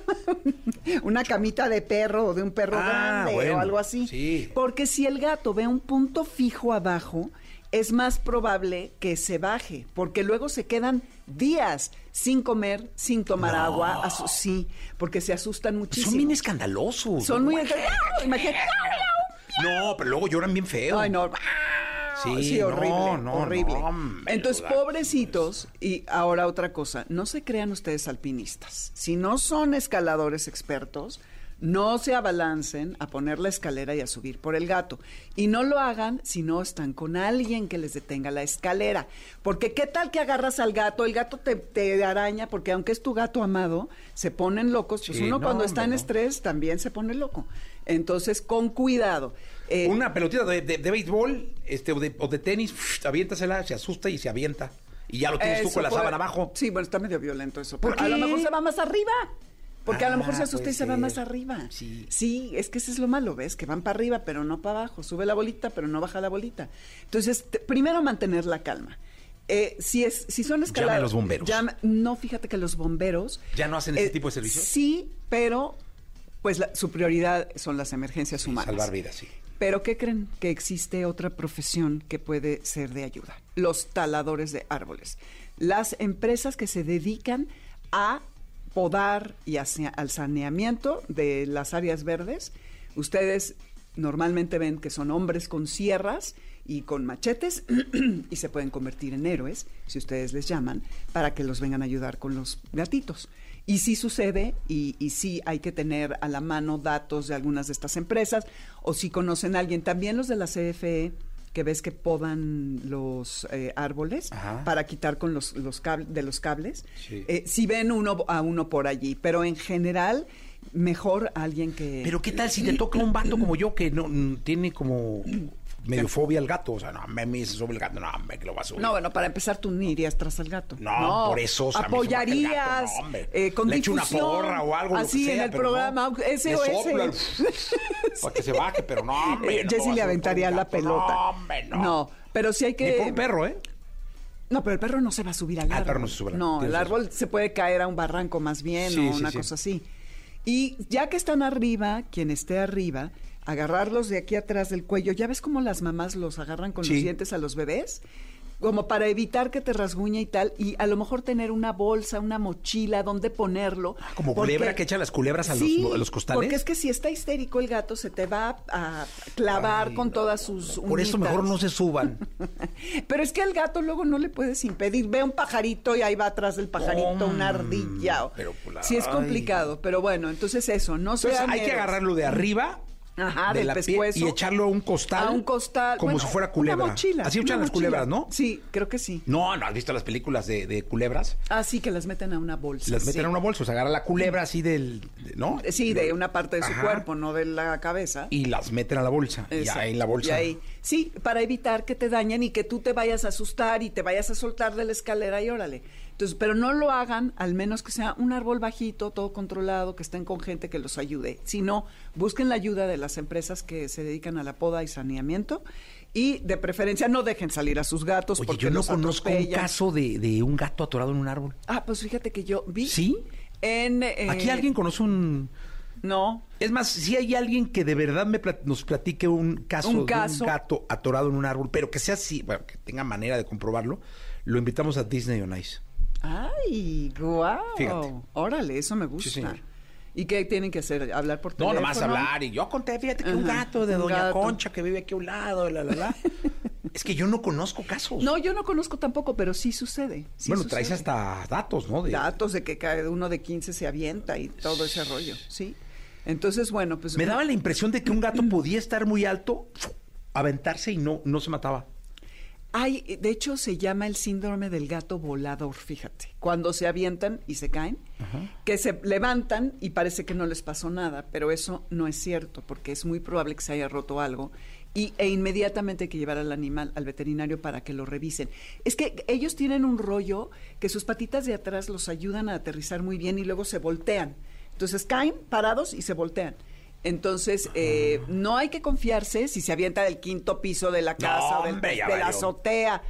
Speaker 7: una camita de perro o de un perro
Speaker 1: Ah,
Speaker 7: grande
Speaker 1: bueno,
Speaker 7: o algo así.
Speaker 1: sí.
Speaker 7: Porque si el gato ve un punto fijo abajo, es más probable que se baje, porque luego se quedan días sin comer, sin tomar agua. asu- Sí, porque se asustan muchísimo.
Speaker 1: Pues Son bien escandalosos.
Speaker 7: Son muy... Imagínate-
Speaker 1: No, pero luego lloran bien feo.
Speaker 7: Ay, no.
Speaker 1: Sí,
Speaker 7: Sí,
Speaker 1: no,
Speaker 7: horrible,
Speaker 1: no,
Speaker 7: horrible.
Speaker 1: no, hombre, pues.
Speaker 7: Entonces,
Speaker 1: gato,
Speaker 7: pobrecitos, y ahora otra cosa, no se crean ustedes alpinistas. Si no son escaladores expertos, no se abalancen a poner la escalera y a subir por el gato. Y no lo hagan si no están con alguien que les detenga la escalera. Porque qué tal que agarras al gato, el gato te, te araña, porque aunque es tu gato amado, se ponen locos. Pues
Speaker 1: Sí,
Speaker 7: uno
Speaker 1: no,
Speaker 7: cuando está en
Speaker 1: hombre, no.
Speaker 7: estrés también se pone loco. Entonces, con cuidado. Eh,
Speaker 1: Una pelotita de, de- de béisbol este, o, de, o de tenis, pff, aviéntasela, se asusta y se avienta. Y ya lo tienes tú
Speaker 7: Eso
Speaker 1: con la
Speaker 7: Eh, puede-
Speaker 1: sábana abajo.
Speaker 7: Sí, bueno, está medio violento eso.
Speaker 1: ¿Por
Speaker 7: Porque a lo
Speaker 1: qué?
Speaker 7: mejor se va más arriba. Porque a
Speaker 1: Ah,
Speaker 7: lo mejor se asusta
Speaker 1: puede
Speaker 7: y se va
Speaker 1: ser.
Speaker 7: más arriba.
Speaker 1: Sí.
Speaker 7: es que eso es lo malo, ¿ves? Que van para arriba, pero no para abajo. Sube la bolita, pero no baja la bolita. Entonces, te- primero mantener la calma. Eh, si, es, si son escaladas...
Speaker 1: los bomberos.
Speaker 7: llama- no, fíjate que los bomberos... eh,
Speaker 1: ¿Ya no hacen ese tipo de servicio?
Speaker 7: Sí, pero pues la- su prioridad son las emergencias humanas.
Speaker 1: Salvar vidas, sí.
Speaker 7: Pero ¿qué creen? Que existe otra profesión que puede ser de ayuda. Los taladores de árboles. Las empresas que se dedican a podar y a sa- al saneamiento de las áreas verdes. Ustedes normalmente ven que son hombres con sierras y con machetes [clears throat] y se pueden convertir en héroes, si ustedes les llaman, para que los vengan a ayudar con los gatitos. Y sí sucede, y, y sí hay que tener a la mano datos de algunas de estas empresas, o si conocen a alguien, también los de la CFE, que ves que podan los eh, árboles
Speaker 1: Ajá.
Speaker 7: para quitar con los, los cab- de los cables,
Speaker 1: Sí.
Speaker 7: Eh, si ven uno a uno por allí, pero en general mejor alguien que...
Speaker 1: Pero ¿qué tal si te toca un vato como yo que no mm, tiene como medio fobia al gato? O sea, no, me, me se sube el gato, no, me que lo va a subir.
Speaker 7: No, bueno, para empezar tú ni irías tras al gato.
Speaker 1: No, por eso, o sea, a mí se me baja el gato,
Speaker 7: apoyarías
Speaker 1: no, hombre.
Speaker 7: eh, con
Speaker 1: Le echo una
Speaker 7: difusión.
Speaker 1: porra o algo, lo
Speaker 7: Así
Speaker 1: que sea,
Speaker 7: en el
Speaker 1: pero
Speaker 7: programa
Speaker 1: no.
Speaker 7: ese
Speaker 1: Le
Speaker 7: o
Speaker 1: soplo al-
Speaker 7: ese.
Speaker 1: Para que se baje, pero no, hombre.
Speaker 7: Eh,
Speaker 1: no te
Speaker 7: [laughs] Jessy
Speaker 1: vas
Speaker 7: le
Speaker 1: a subir
Speaker 7: aventaría
Speaker 1: por un
Speaker 7: la
Speaker 1: gato,
Speaker 7: pelota.
Speaker 1: No, hombre, no.
Speaker 7: No, pero sí hay que
Speaker 1: Ni por un perro, ¿eh?
Speaker 7: No, pero el perro no se va a subir al
Speaker 1: Ah,
Speaker 7: árbol.
Speaker 1: el perro no se sube al árbol.
Speaker 7: No,
Speaker 1: Tienes
Speaker 7: el árbol se puede caer a un barranco más bien
Speaker 1: Sí,
Speaker 7: o
Speaker 1: sí,
Speaker 7: una
Speaker 1: sí.
Speaker 7: cosa así. Y ya que están arriba, quien esté arriba, agarrarlos de aquí atrás del cuello. ¿Ya ves cómo las mamás los agarran con
Speaker 1: Sí.
Speaker 7: los dientes a los bebés? Como para evitar que te rasguñe y tal. Y a lo mejor tener una bolsa, una mochila, donde ponerlo.
Speaker 1: Ah, como culebra que echa las culebras a los-
Speaker 7: Sí,
Speaker 1: a los costales.
Speaker 7: porque es que si está histérico el gato, se te va a clavar
Speaker 1: Ay,
Speaker 7: con
Speaker 1: no,
Speaker 7: todas sus
Speaker 1: Por eso
Speaker 7: uñitas.
Speaker 1: mejor no se
Speaker 7: [laughs]
Speaker 1: suban.
Speaker 7: Pero es que al gato luego no le puedes impedir. Ve un pajarito y ahí va atrás del pajarito una ardilla. o-
Speaker 1: pero, pues, la-
Speaker 7: sí, es
Speaker 1: ay.
Speaker 7: complicado. Pero bueno, entonces eso, no se
Speaker 1: Entonces hay que agarrarlo de arriba. de
Speaker 7: Ajá, Ah, del
Speaker 1: la pie-
Speaker 7: pescuezo.
Speaker 1: y echarlo a un costal.
Speaker 7: a un costal.
Speaker 1: Como
Speaker 7: bueno,
Speaker 1: si fuera culebra.
Speaker 7: Una mochila.
Speaker 1: Así echan
Speaker 7: una
Speaker 1: las
Speaker 7: mochila.
Speaker 1: culebras, ¿no?
Speaker 7: Sí, creo que sí.
Speaker 1: No, no, has visto las películas de, de culebras.
Speaker 7: Así que las meten a una bolsa.
Speaker 1: Las meten
Speaker 7: sí.
Speaker 1: en una bolsa, o sea, agarra la culebra así del. de- ¿No?
Speaker 7: Eh, Sí, de una parte de su
Speaker 1: Ajá.
Speaker 7: cuerpo, no de la cabeza.
Speaker 1: Y las meten a la bolsa.
Speaker 7: Exacto.
Speaker 1: Y ahí en la bolsa.
Speaker 7: Y ahí- sí, para evitar que te dañen y que tú te vayas a asustar y te vayas a soltar de la escalera y órale. Entonces, pero no lo hagan, al menos que sea un árbol bajito, todo controlado, que estén con gente que los ayude. Si no, busquen la ayuda de las empresas que se dedican a la poda y saneamiento y de preferencia no dejen salir a sus gatos
Speaker 1: Oye,
Speaker 7: porque
Speaker 1: yo no
Speaker 7: los
Speaker 1: conozco un
Speaker 7: atropellan.
Speaker 1: caso de, de un gato atorado en un árbol.
Speaker 7: Ah, pues fíjate que yo vi.
Speaker 1: ¿Sí?
Speaker 7: En, eh,
Speaker 1: Aquí alguien conoce un.
Speaker 7: No.
Speaker 1: Es más, si hay alguien que de verdad me plat- nos platique un caso,
Speaker 7: Un
Speaker 1: de
Speaker 7: caso.
Speaker 1: un gato atorado en un árbol, pero que sea así, bueno, que tenga manera de comprobarlo, lo invitamos a Disney on Ice.
Speaker 7: Ay, guau.
Speaker 1: Fíjate.
Speaker 7: Órale, eso me gusta.
Speaker 1: señor.
Speaker 7: ¿Y qué tienen que hacer? ¿Hablar por
Speaker 1: No,
Speaker 7: teléfono?
Speaker 1: nomás hablar. Y yo conté, fíjate que un
Speaker 7: Ajá,
Speaker 1: gato de
Speaker 7: un
Speaker 1: Doña
Speaker 7: gato.
Speaker 1: Concha que vive aquí a un lado, la, la,
Speaker 7: [laughs]
Speaker 1: la. es que yo no conozco casos.
Speaker 7: No, yo no conozco tampoco, pero sí sucede. sí
Speaker 1: bueno,
Speaker 7: sucede.
Speaker 1: traes hasta datos, ¿no? De-
Speaker 7: datos de que cada uno de 15 se avienta y todo ese rollo, ¿sí? Entonces, bueno, pues...
Speaker 1: Me daba la impresión de que un gato podía estar muy alto, aventarse y no, no se mataba.
Speaker 7: Hay, de hecho, se llama el síndrome del gato volador, fíjate. Cuando se avientan y se caen, que se levantan y parece que no les pasó nada, pero eso no es cierto, porque es muy probable que se haya roto algo. Y, e inmediatamente hay que llevar al animal al veterinario para que lo revisen. Es que ellos tienen un rollo que sus patitas de atrás los ayudan a aterrizar muy bien y luego se voltean. Entonces caen parados y se voltean. Entonces,
Speaker 8: Ah.
Speaker 7: eh, no hay que confiarse si se avienta del quinto piso de la casa o del-
Speaker 8: hombre, ya
Speaker 7: de la
Speaker 8: valió.
Speaker 7: azotea.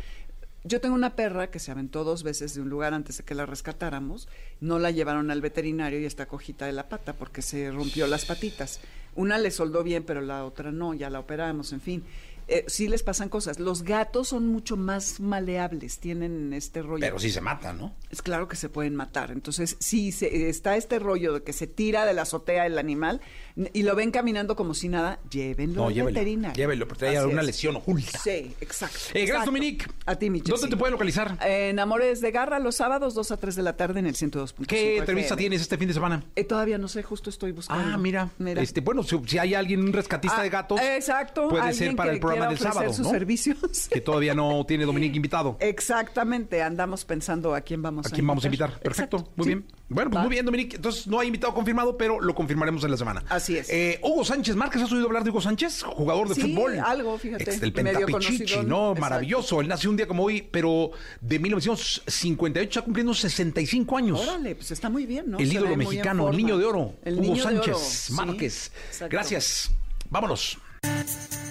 Speaker 7: Yo tengo una perra que se aventó dos veces de un lugar antes de que la rescatáramos. No la llevaron al veterinario y está cojita de la pata porque se rompió las patitas. Una le soldó bien, pero la otra no, ya la operamos, en fin. Eh, sí les pasan cosas. Los gatos son mucho más maleables, tienen este rollo.
Speaker 8: Pero sí se mata, ¿no?
Speaker 7: Es claro que se pueden matar. Entonces, sí, se- está este rollo de que se tira de la azotea el animal n- y lo ven caminando como si nada, llévenlo
Speaker 8: No,
Speaker 7: al
Speaker 8: llévelo.
Speaker 7: veterinario.
Speaker 8: Llévelo, porque trae
Speaker 7: Así
Speaker 8: alguna
Speaker 7: es.
Speaker 8: lesión oculta.
Speaker 7: Sí, exacto.
Speaker 8: Eh, gracias,
Speaker 7: exacto.
Speaker 8: Dominique.
Speaker 7: A ti, Michelle.
Speaker 8: ¿Dónde te pueden localizar?
Speaker 7: En Amores de Garra, los sábados, 2 a 3 de la tarde en el 102.5.
Speaker 8: ¿Qué entrevista
Speaker 7: FM.
Speaker 8: tienes este fin de semana?
Speaker 7: Eh, todavía no sé, justo estoy buscando.
Speaker 8: Ah, mira. Este, bueno, si, si hay alguien, un rescatista
Speaker 7: Ah,
Speaker 8: de gatos.
Speaker 7: exacto,
Speaker 8: Puede
Speaker 7: alguien
Speaker 8: ser para
Speaker 7: que
Speaker 8: el programa
Speaker 7: quiera
Speaker 8: del
Speaker 7: ofrecer
Speaker 8: sábado,
Speaker 7: sus
Speaker 8: ¿no?
Speaker 7: servicios. [laughs]
Speaker 8: Que todavía no tiene Dominique invitado.
Speaker 7: Exactamente, andamos pensando a quién vamos
Speaker 8: ¿A
Speaker 7: a
Speaker 8: quién vamos a invitar? Perfecto,
Speaker 7: Pues Exacto,
Speaker 8: muy
Speaker 7: sí.
Speaker 8: bien. Bueno, pues
Speaker 7: Va.
Speaker 8: muy bien, Dominique. Entonces no hay invitado confirmado, pero lo confirmaremos en la semana.
Speaker 7: Así es.
Speaker 8: Eh, Hugo Sánchez Márquez, ¿has oído hablar de Hugo Sánchez? Jugador de
Speaker 7: Sí,
Speaker 8: fútbol.
Speaker 7: algo, fíjate,
Speaker 8: Ex del
Speaker 7: medio
Speaker 8: Pentapichichi,
Speaker 7: conocidón.
Speaker 8: ¿no?
Speaker 7: Exacto.
Speaker 8: Maravilloso. Él nació un día como hoy, pero de 1958 está cumpliendo 65 años.
Speaker 7: Órale, pues está muy bien, ¿no?
Speaker 8: El
Speaker 7: Se
Speaker 8: ídoro
Speaker 7: ve muy en
Speaker 8: mexicano, el
Speaker 7: forma.
Speaker 8: niño de oro,
Speaker 7: El
Speaker 8: Hugo
Speaker 7: niño de
Speaker 8: Sánchez
Speaker 7: oro, sí,
Speaker 8: Márquez.
Speaker 7: exacto.
Speaker 8: Gracias. Vámonos.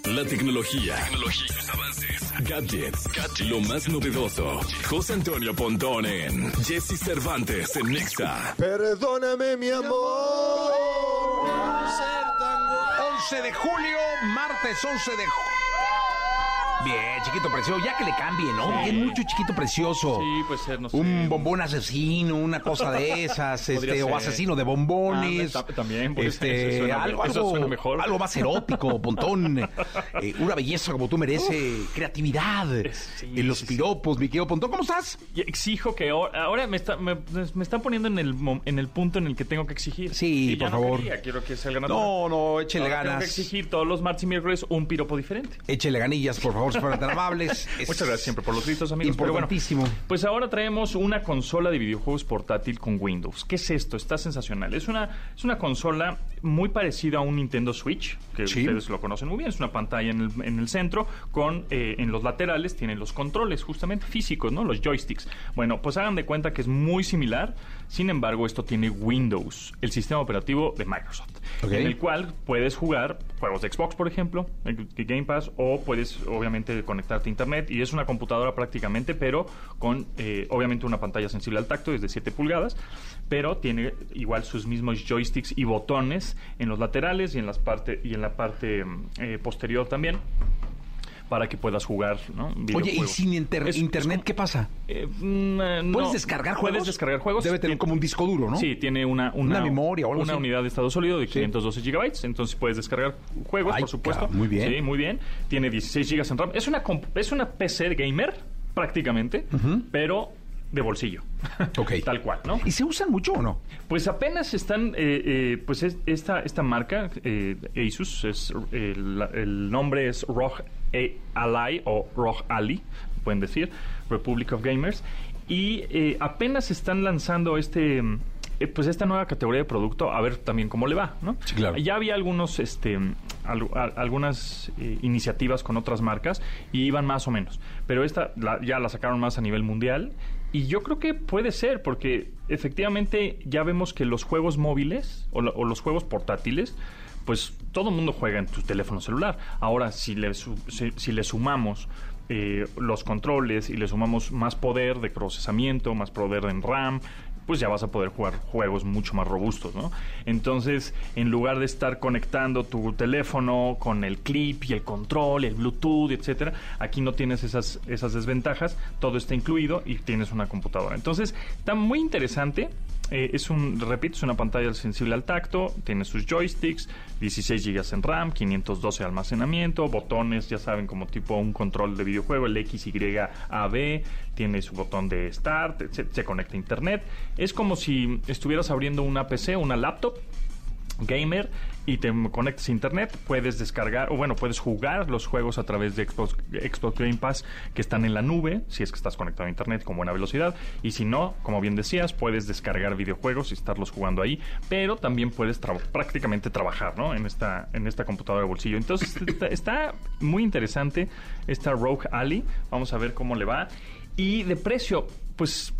Speaker 2: La tecnología. avances. Gadgets. Lo más novedoso. José Antonio Pontón en Jesse Cervantes en Nexa.
Speaker 9: Perdóname, mi amor.
Speaker 8: 11 de julio, martes 11 de julio. Bien, chiquito precioso, ya que le cambie, ¿no? Bien, mucho chiquito precioso.
Speaker 10: Sí, pues eh, no sé.
Speaker 8: Un bombón asesino, una cosa de esas,
Speaker 10: [laughs] Podría
Speaker 8: este, o
Speaker 10: ser.
Speaker 8: asesino de
Speaker 10: Ah,
Speaker 8: bombones.
Speaker 10: ta- también, pues,
Speaker 8: este,
Speaker 10: eso suena-
Speaker 8: algo,
Speaker 10: eso
Speaker 8: algo-
Speaker 10: suena mejor.
Speaker 8: algo más
Speaker 10: [laughs]
Speaker 8: erótico, pontón. Eh, una belleza como tú mereces, creatividad,
Speaker 10: sí,
Speaker 8: eh, los
Speaker 10: sí, sí.
Speaker 8: piropos, mi querido pontón. ¿Cómo estás?
Speaker 10: Y exijo que ahora, ahora me, está- me, pues, me están poniendo en el, mom- en el punto en el que tengo que exigir.
Speaker 8: Sí,
Speaker 10: Y ya
Speaker 8: por
Speaker 10: no
Speaker 8: favor.
Speaker 10: quería, quiero que sea el ganador.
Speaker 8: No, no, échele
Speaker 10: Ahora Tengo que
Speaker 8: ganas.
Speaker 10: exigir todos los martes y miércoles un piropo diferente.
Speaker 8: Échele ganillas, por favor, si fueran tan amables. Es
Speaker 10: [laughs] Muchas gracias siempre por los gritos, amigos. Pero bueno,
Speaker 8: Importantísimo.
Speaker 10: pues ahora traemos una consola de videojuegos portátil con Windows. ¿Qué es esto? Está sensacional. Es una, es una consola muy parecida a un Nintendo Switch, que
Speaker 8: Sí.
Speaker 10: ustedes lo conocen muy bien. Es una pantalla en el, en el centro, con eh, en los laterales tienen los controles justamente físicos, ¿no? Los joysticks. Bueno, pues hagan de cuenta que es muy similar. Sin embargo, esto tiene Windows, el sistema operativo de Microsoft.
Speaker 8: Ok.
Speaker 10: En el cual puedes jugar juegos de Xbox, por ejemplo, el el Game Pass, o puedes obviamente conectarte a Internet y es una computadora prácticamente, pero con eh, obviamente una pantalla sensible al tacto, es de 7 pulgadas, pero tiene igual sus mismos joysticks y botones en los laterales y en, las parte, y en la parte mm, eh, posterior también para que puedas jugar, ¿no?
Speaker 8: Oye, y
Speaker 10: Videojuegos.
Speaker 8: sin inter-
Speaker 10: Es- es
Speaker 8: internet,
Speaker 10: como-
Speaker 8: ¿qué pasa?
Speaker 10: eh, mm, eh, no.
Speaker 8: ¿Puedes descargar juegos?
Speaker 10: Puedes descargar juegos.
Speaker 8: Debe tener
Speaker 10: Tien-
Speaker 8: como un disco duro, ¿no?
Speaker 10: Sí, tiene una,
Speaker 8: Una memoria o algo
Speaker 10: una
Speaker 8: así.
Speaker 10: unidad de estado sólido de 512 gigabytes. Entonces puedes descargar juegos,
Speaker 8: Ay,
Speaker 10: por supuesto.
Speaker 8: cabrón, muy bien.
Speaker 10: Sí, muy bien. Tiene 16 gigas en RAM. Es una, comp- es una PC gamer, prácticamente, pero de bolsillo.
Speaker 8: Ok.
Speaker 10: [laughs] Tal cual, ¿no?
Speaker 8: ¿Y se usan mucho o no?
Speaker 10: Pues apenas están, eh, eh, pues es- esta, esta marca, eh, Asus, es, eh, la- el, nombre es ROG eh, Ally o ROG Ali, pueden decir, Republic of Gamers, y eh, apenas están lanzando este, mm, eh, pues esta nueva categoría de producto, a ver también cómo le va, ¿no?
Speaker 8: Sí, claro.
Speaker 10: Ya había algunos, este, mm, al- a- algunas eh, iniciativas con otras marcas y iban más o menos, pero esta la- ya la sacaron más a nivel mundial y yo creo que puede ser, porque efectivamente ya vemos que los juegos móviles o, lo- o los juegos portátiles, pues todo el mundo juega en tu teléfono celular. Ahora, si le, su- si, si le sumamos eh, los controles y le sumamos más poder de procesamiento, más poder en RAM, pues ya vas a poder jugar juegos mucho más robustos, ¿no? Entonces, en lugar de estar conectando tu teléfono con el clip y el control, el Bluetooth, etcétera, aquí no tienes esas, esas desventajas, todo está incluido y tienes una computadora. Entonces, está muy interesante. Eh, es un, repito, es una pantalla sensible al tacto, tiene sus joysticks, 16 GB en RAM, 512 de almacenamiento, botones, ya saben, como tipo un control de videojuego, el X, Y, A, B, tiene su botón de Start, se, se conecta a Internet. Es como si estuvieras abriendo una PC, una laptop, gamer y te conectas a internet, puedes descargar o bueno, puedes jugar los juegos a través de Xbox, Xbox Game Pass que están en la nube, si es que estás conectado a internet con buena velocidad y si no, como bien decías, puedes descargar videojuegos y estarlos jugando ahí, pero también puedes tra- prácticamente trabajar, ¿no? En esta en esta computadora de bolsillo. Entonces, está, está muy interesante esta Rogue Alley, vamos a ver cómo le va y de precio, pues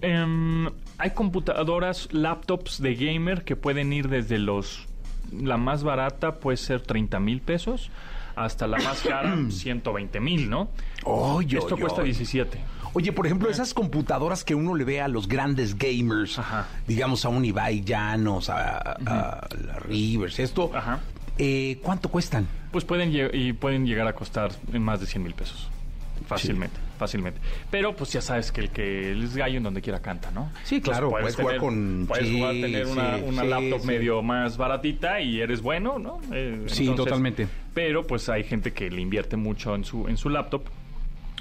Speaker 10: Em, hay computadoras, laptops de gamer que pueden ir desde los la más barata puede ser 30 mil pesos, hasta la más cara 120 mil, ¿no?
Speaker 1: Oy,
Speaker 10: Esto
Speaker 1: oy,
Speaker 10: cuesta
Speaker 1: oy.
Speaker 10: 17.
Speaker 1: Oye, por
Speaker 10: Ah.
Speaker 1: ejemplo, esas computadoras que uno le ve a los grandes gamers,
Speaker 10: Ajá.
Speaker 1: digamos a un Ibai Llanos, a, a la Rivers, esto,
Speaker 10: Ajá.
Speaker 1: eh, ¿cuánto cuestan?
Speaker 10: Pues pueden, lle- y pueden llegar a costar más de 100 mil pesos. Fácilmente, fácilmente. Pero pues ya sabes que el que es gallo en donde quiera canta, ¿no?
Speaker 1: Sí,
Speaker 10: Entonces,
Speaker 1: claro, pues puedes jugar con- eh,
Speaker 10: Puedes
Speaker 1: sí,
Speaker 10: jugar a tener una,
Speaker 1: sí,
Speaker 10: una
Speaker 1: sí,
Speaker 10: laptop
Speaker 1: sí.
Speaker 10: medio más baratita y eres bueno, ¿no? Eh,
Speaker 1: Sí, totalmente.
Speaker 10: Pero pues hay gente que le invierte mucho en su, en su laptop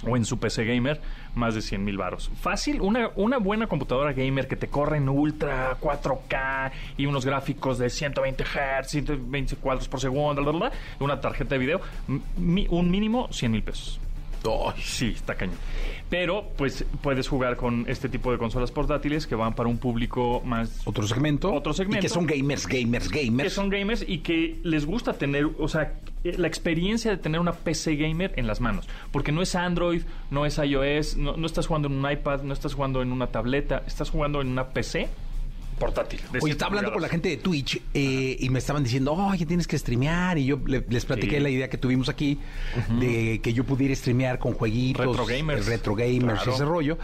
Speaker 10: o en su PC gamer, más de 100 mil varos. Fácil, una, una buena computadora gamer que te corre en ultra 4K y unos gráficos de 120 Hz, 120 cuadros por segundo, bla, bla, bla, una tarjeta de video, m- mi- un mínimo 100 mil pesos. Sí, está cañón. Pero, pues, puedes jugar con este tipo de consolas portátiles que van para un público más...
Speaker 1: Otro segmento.
Speaker 10: Otro
Speaker 1: Y
Speaker 10: segmento.
Speaker 1: que son gamers, gamers, gamers.
Speaker 10: que son gamers y que les gusta tener, o sea, eh, la experiencia de tener una PC gamer en las manos. Porque no es Android, no es iOS, no, no estás jugando en un iPad, no estás jugando en una tableta, estás jugando en una PC portátil. de
Speaker 1: Oye,
Speaker 10: siete
Speaker 1: estaba hablando con la
Speaker 10: pulgadas.
Speaker 1: gente de Twitch eh, y me estaban diciendo, oye, tienes que streamear. Y yo le- les platiqué
Speaker 10: Sí.
Speaker 1: la idea que tuvimos aquí de que yo pudiera streamear con jueguitos.
Speaker 10: Retro gamers.
Speaker 1: eh, Retro gamers,
Speaker 10: Claro.
Speaker 1: ese rollo.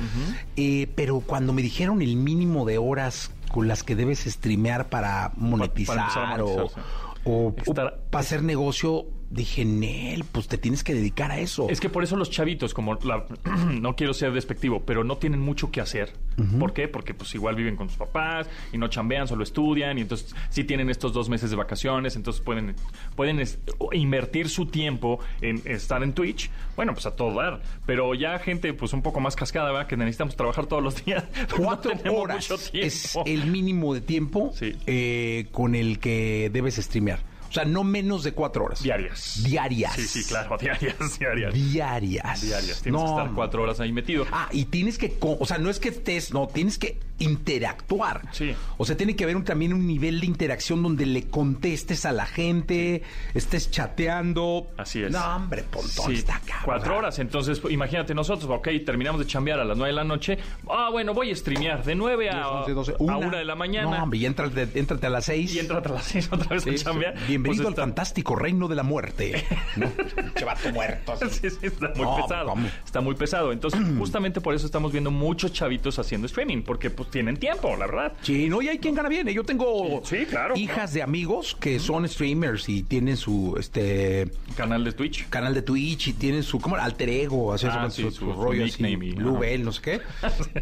Speaker 1: Eh, pero cuando me dijeron el mínimo de horas con las que debes streamear para monetizar,
Speaker 10: empezar a
Speaker 1: o,
Speaker 10: monetizar, sí.
Speaker 1: o-
Speaker 10: Estar-
Speaker 1: o para hacer negocio, dije, Nel, pues te tienes que dedicar a eso.
Speaker 10: Es que por eso los chavitos, como la, [clears throat] no quiero ser despectivo, pero no tienen mucho que hacer. ¿Por qué? Porque pues igual viven con sus papás y no chambean, solo estudian y entonces sí tienen estos dos meses de vacaciones, entonces pueden, pueden es- o invertir su tiempo en estar en Twitch. Bueno, pues a todo dar. Pero ya gente pues un poco más cascada, ¿verdad? Que necesitamos trabajar todos los días. pues, [laughs] no
Speaker 1: Cuatro
Speaker 10: tenemos
Speaker 1: horas
Speaker 10: mucho
Speaker 1: [laughs]
Speaker 10: tiempo.
Speaker 1: es el mínimo de tiempo
Speaker 10: Sí.
Speaker 1: eh, con el que debes streamear. O sea, no menos de cuatro horas.
Speaker 10: Diarias.
Speaker 1: Diarias.
Speaker 10: Sí, sí, claro, [laughs] diarias, diarias.
Speaker 1: Diarias.
Speaker 10: Diarias. Tienes que estar cuatro horas ahí metido.
Speaker 1: Ah, y tienes que, co- o sea, no es que estés, no, tienes que interactuar.
Speaker 10: Sí.
Speaker 1: O sea, tiene que haber un- también un nivel de interacción donde le contestes a la gente, estés chateando.
Speaker 10: Así es.
Speaker 1: No, hombre, pontón,
Speaker 10: Pues, Sí,
Speaker 1: está cabrón.
Speaker 10: Cuatro horas. Entonces, pues, imagínate nosotros, ok, terminamos de chambear a las nueve de la noche. Ah, bueno, voy a streamear de nueve a,
Speaker 1: Once, doce,
Speaker 10: a una de la mañana.
Speaker 1: No, hombre, y éntrate, éntrate a las seis.
Speaker 10: y entra a las seis otra vez [laughs] a chambear.
Speaker 1: Bienvenido
Speaker 10: Pues
Speaker 1: al
Speaker 10: está-
Speaker 1: fantástico reino de la muerte. ¿no? Pinche vato muerto. así.
Speaker 10: Sí, sí, está muy
Speaker 1: No,
Speaker 10: pesado.
Speaker 1: ¿cómo?
Speaker 10: Está muy
Speaker 1: [clears throat]
Speaker 10: pesado. Entonces, justamente por eso estamos viendo muchos chavitos haciendo streaming, porque pues tienen tiempo, la verdad.
Speaker 1: Sí, no, y hay quien gana bien. ¿eh? Yo tengo
Speaker 10: Sí, claro.
Speaker 1: hijas de amigos que son streamers y tienen su este
Speaker 10: Canal de Twitch.
Speaker 1: canal de Twitch y tienen su como alter ego, así,
Speaker 10: Ah,
Speaker 1: su,
Speaker 10: sí,
Speaker 1: su-
Speaker 10: su-
Speaker 1: su
Speaker 10: su
Speaker 1: rollo
Speaker 10: nickname y-
Speaker 1: así, Blue
Speaker 10: ajá.
Speaker 1: Bell, no sé qué.
Speaker 10: [laughs]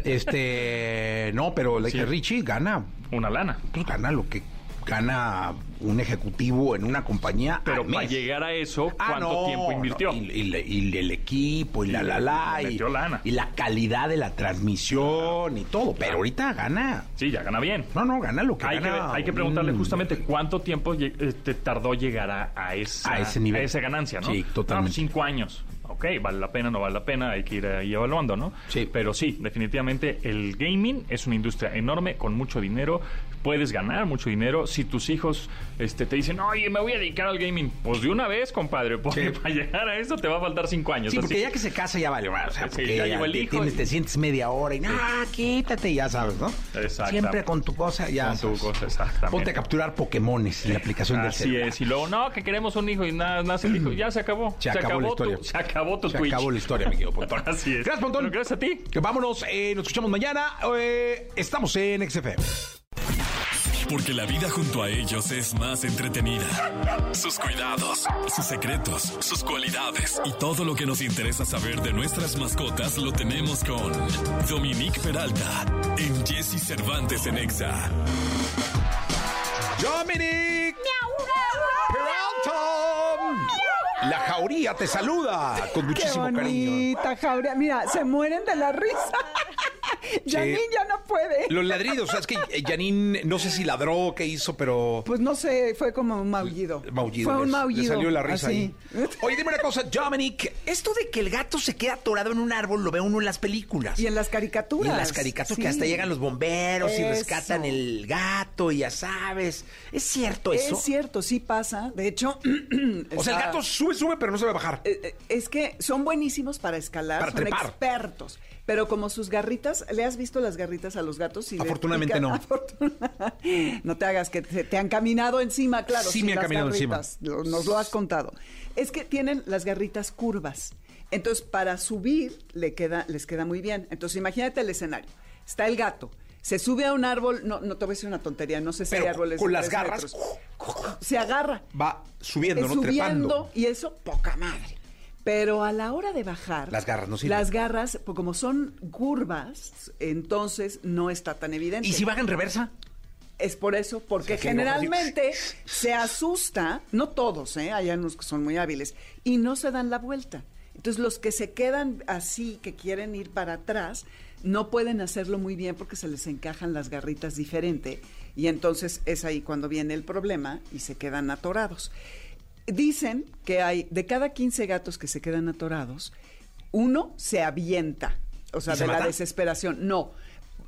Speaker 1: este, no, pero like,
Speaker 10: Sí.
Speaker 1: Richie gana,
Speaker 10: Una lana.
Speaker 1: pues gana lo que gana un ejecutivo en una compañía
Speaker 10: Pero
Speaker 1: al
Speaker 10: para
Speaker 1: mes.
Speaker 10: llegar a eso,
Speaker 1: Ah,
Speaker 10: ¿cuánto
Speaker 1: no,
Speaker 10: tiempo
Speaker 1: no,
Speaker 10: invirtió?
Speaker 1: Y, y le- y el equipo, y la la la,
Speaker 10: Le
Speaker 1: y,
Speaker 10: metió lana.
Speaker 1: y la calidad de la transmisión y todo. Pero ahorita gana.
Speaker 10: Sí, ya gana bien.
Speaker 1: No, no, gana lo que
Speaker 10: Hay que,
Speaker 1: gana.
Speaker 10: hay que preguntarle
Speaker 1: un-
Speaker 10: justamente cuánto tiempo lle- eh, te tardó llegar a, a esa,
Speaker 1: A ese nivel.
Speaker 10: esa ganancia, ¿no?
Speaker 1: Sí, totalmente.
Speaker 10: No, cinco años. Ok, vale la pena, no vale la pena, hay que ir ahí evaluando, ¿no?
Speaker 1: Sí.
Speaker 10: Pero sí, definitivamente el gaming es una industria enorme, con mucho dinero. Puedes ganar mucho dinero. Si tus hijos este, te dicen, oye, me voy a dedicar al gaming, pues de una vez, compadre, [laughs] porque
Speaker 1: Sí.
Speaker 10: para llegar a eso te va a faltar cinco años.
Speaker 1: Sí,
Speaker 10: Así
Speaker 1: porque ya que se casa ya vale. O sea,
Speaker 10: Sí,
Speaker 1: porque
Speaker 10: ya
Speaker 1: ya
Speaker 10: llegó el
Speaker 1: te,
Speaker 10: hijo
Speaker 1: tienes-
Speaker 10: y-
Speaker 1: te sientes media hora y ah, quítate, ya sabes, ¿no?
Speaker 10: Exacto.
Speaker 1: Siempre con tu cosa, ya.
Speaker 10: Con tu
Speaker 1: sabes.
Speaker 10: cosa, exactamente.
Speaker 1: Ponte a capturar Pokémones en la aplicación del
Speaker 10: Así
Speaker 1: celular.
Speaker 10: es, y luego, no, que queremos un hijo y nada, nace el hijo, ya se acabó.
Speaker 1: Se acabó la
Speaker 10: tu-
Speaker 1: historia.
Speaker 10: se acabó tu
Speaker 1: Se
Speaker 10: Twitch.
Speaker 1: acabó la historia, mi
Speaker 10: [laughs]
Speaker 1: querido Pontón.
Speaker 10: Así es.
Speaker 1: Gracias, Pontón.
Speaker 10: Pero gracias a ti.
Speaker 1: Que vámonos, eh, nos escuchamos mañana. eh, estamos en XFM.
Speaker 2: Porque la vida junto a ellos es más entretenida. Sus cuidados, sus secretos, sus cualidades y todo lo que nos interesa saber de nuestras mascotas lo tenemos con Dominique Peralta en Jesse Cervantes en Exa.
Speaker 1: Dominic Peralta. La jauría te saluda con muchísimo
Speaker 7: Qué
Speaker 1: cariño.
Speaker 7: bonita jauría. Mira, se mueren de la risa. [laughs] Janine ya no puede.
Speaker 1: Los ladridos, o sea, es que eh, Janine, no sé si ladró o qué hizo, pero
Speaker 7: Pues no sé, fue como un maullido.
Speaker 1: maullido. pues,
Speaker 7: Fue un
Speaker 1: le-
Speaker 7: maullido.
Speaker 1: Le salió la risa
Speaker 7: así.
Speaker 1: ahí. Oye, dime una cosa, Dominic, esto de que el gato se queda atorado en un árbol lo ve uno en las películas.
Speaker 7: Y en las caricaturas.
Speaker 1: Y en las caricaturas
Speaker 7: sí.
Speaker 1: que hasta llegan los bomberos y
Speaker 7: Eso.
Speaker 1: rescatan el gato, y ya sabes. ¿Es cierto eso?
Speaker 7: Es cierto, sí pasa. De hecho, [clears throat]
Speaker 1: O sea, el
Speaker 7: está-
Speaker 1: gato sube, sube, pero no se va a bajar.
Speaker 7: Eh, eh, Es que son buenísimos para escalar,
Speaker 1: Para
Speaker 7: son
Speaker 1: trepar.
Speaker 7: expertos. Pero como sus garritas, ¿Le has visto las garritas a los gatos? Y le
Speaker 11: Afortunadamente
Speaker 7: pican? [laughs]
Speaker 11: no.
Speaker 7: Afortuna- No te hagas que te, te han caminado encima, claro.
Speaker 11: Sí me han
Speaker 7: las
Speaker 11: caminado encima.
Speaker 7: garritas. Lo- Nos lo has contado. Es que tienen las garritas curvas. Entonces, para subir le queda, les queda muy bien. Entonces, imagínate el escenario. Está el gato. Se sube a un árbol, no, no te voy a decir una tontería, no sé si
Speaker 11: Pero
Speaker 7: hay árboles.
Speaker 11: con
Speaker 7: de
Speaker 11: las
Speaker 7: tres
Speaker 11: garras,
Speaker 7: metros. Se agarra
Speaker 11: Va subiendo, ¿no?
Speaker 7: subiendo
Speaker 11: Trepando.
Speaker 7: y eso poca madre. Pero a la hora de bajar,
Speaker 11: Las garras no sirven.
Speaker 7: Las garras, pues, como son curvas, entonces no está tan evidente.
Speaker 11: ¿Y si baja en reversa?
Speaker 7: Es por eso, porque
Speaker 11: O sea, que no,
Speaker 7: generalmente se asusta, no todos, ¿eh? hay unos que son muy hábiles, y no se dan la vuelta. Entonces los que se quedan así, que quieren ir para atrás, no pueden hacerlo muy bien porque se les encajan las garritas diferente y entonces es ahí cuando viene el problema y se quedan atorados. Dicen que hay de cada 15 gatos que se quedan atorados, uno se avienta, o sea,
Speaker 11: ¿Y se
Speaker 7: de la
Speaker 11: mata?
Speaker 7: desesperación. No.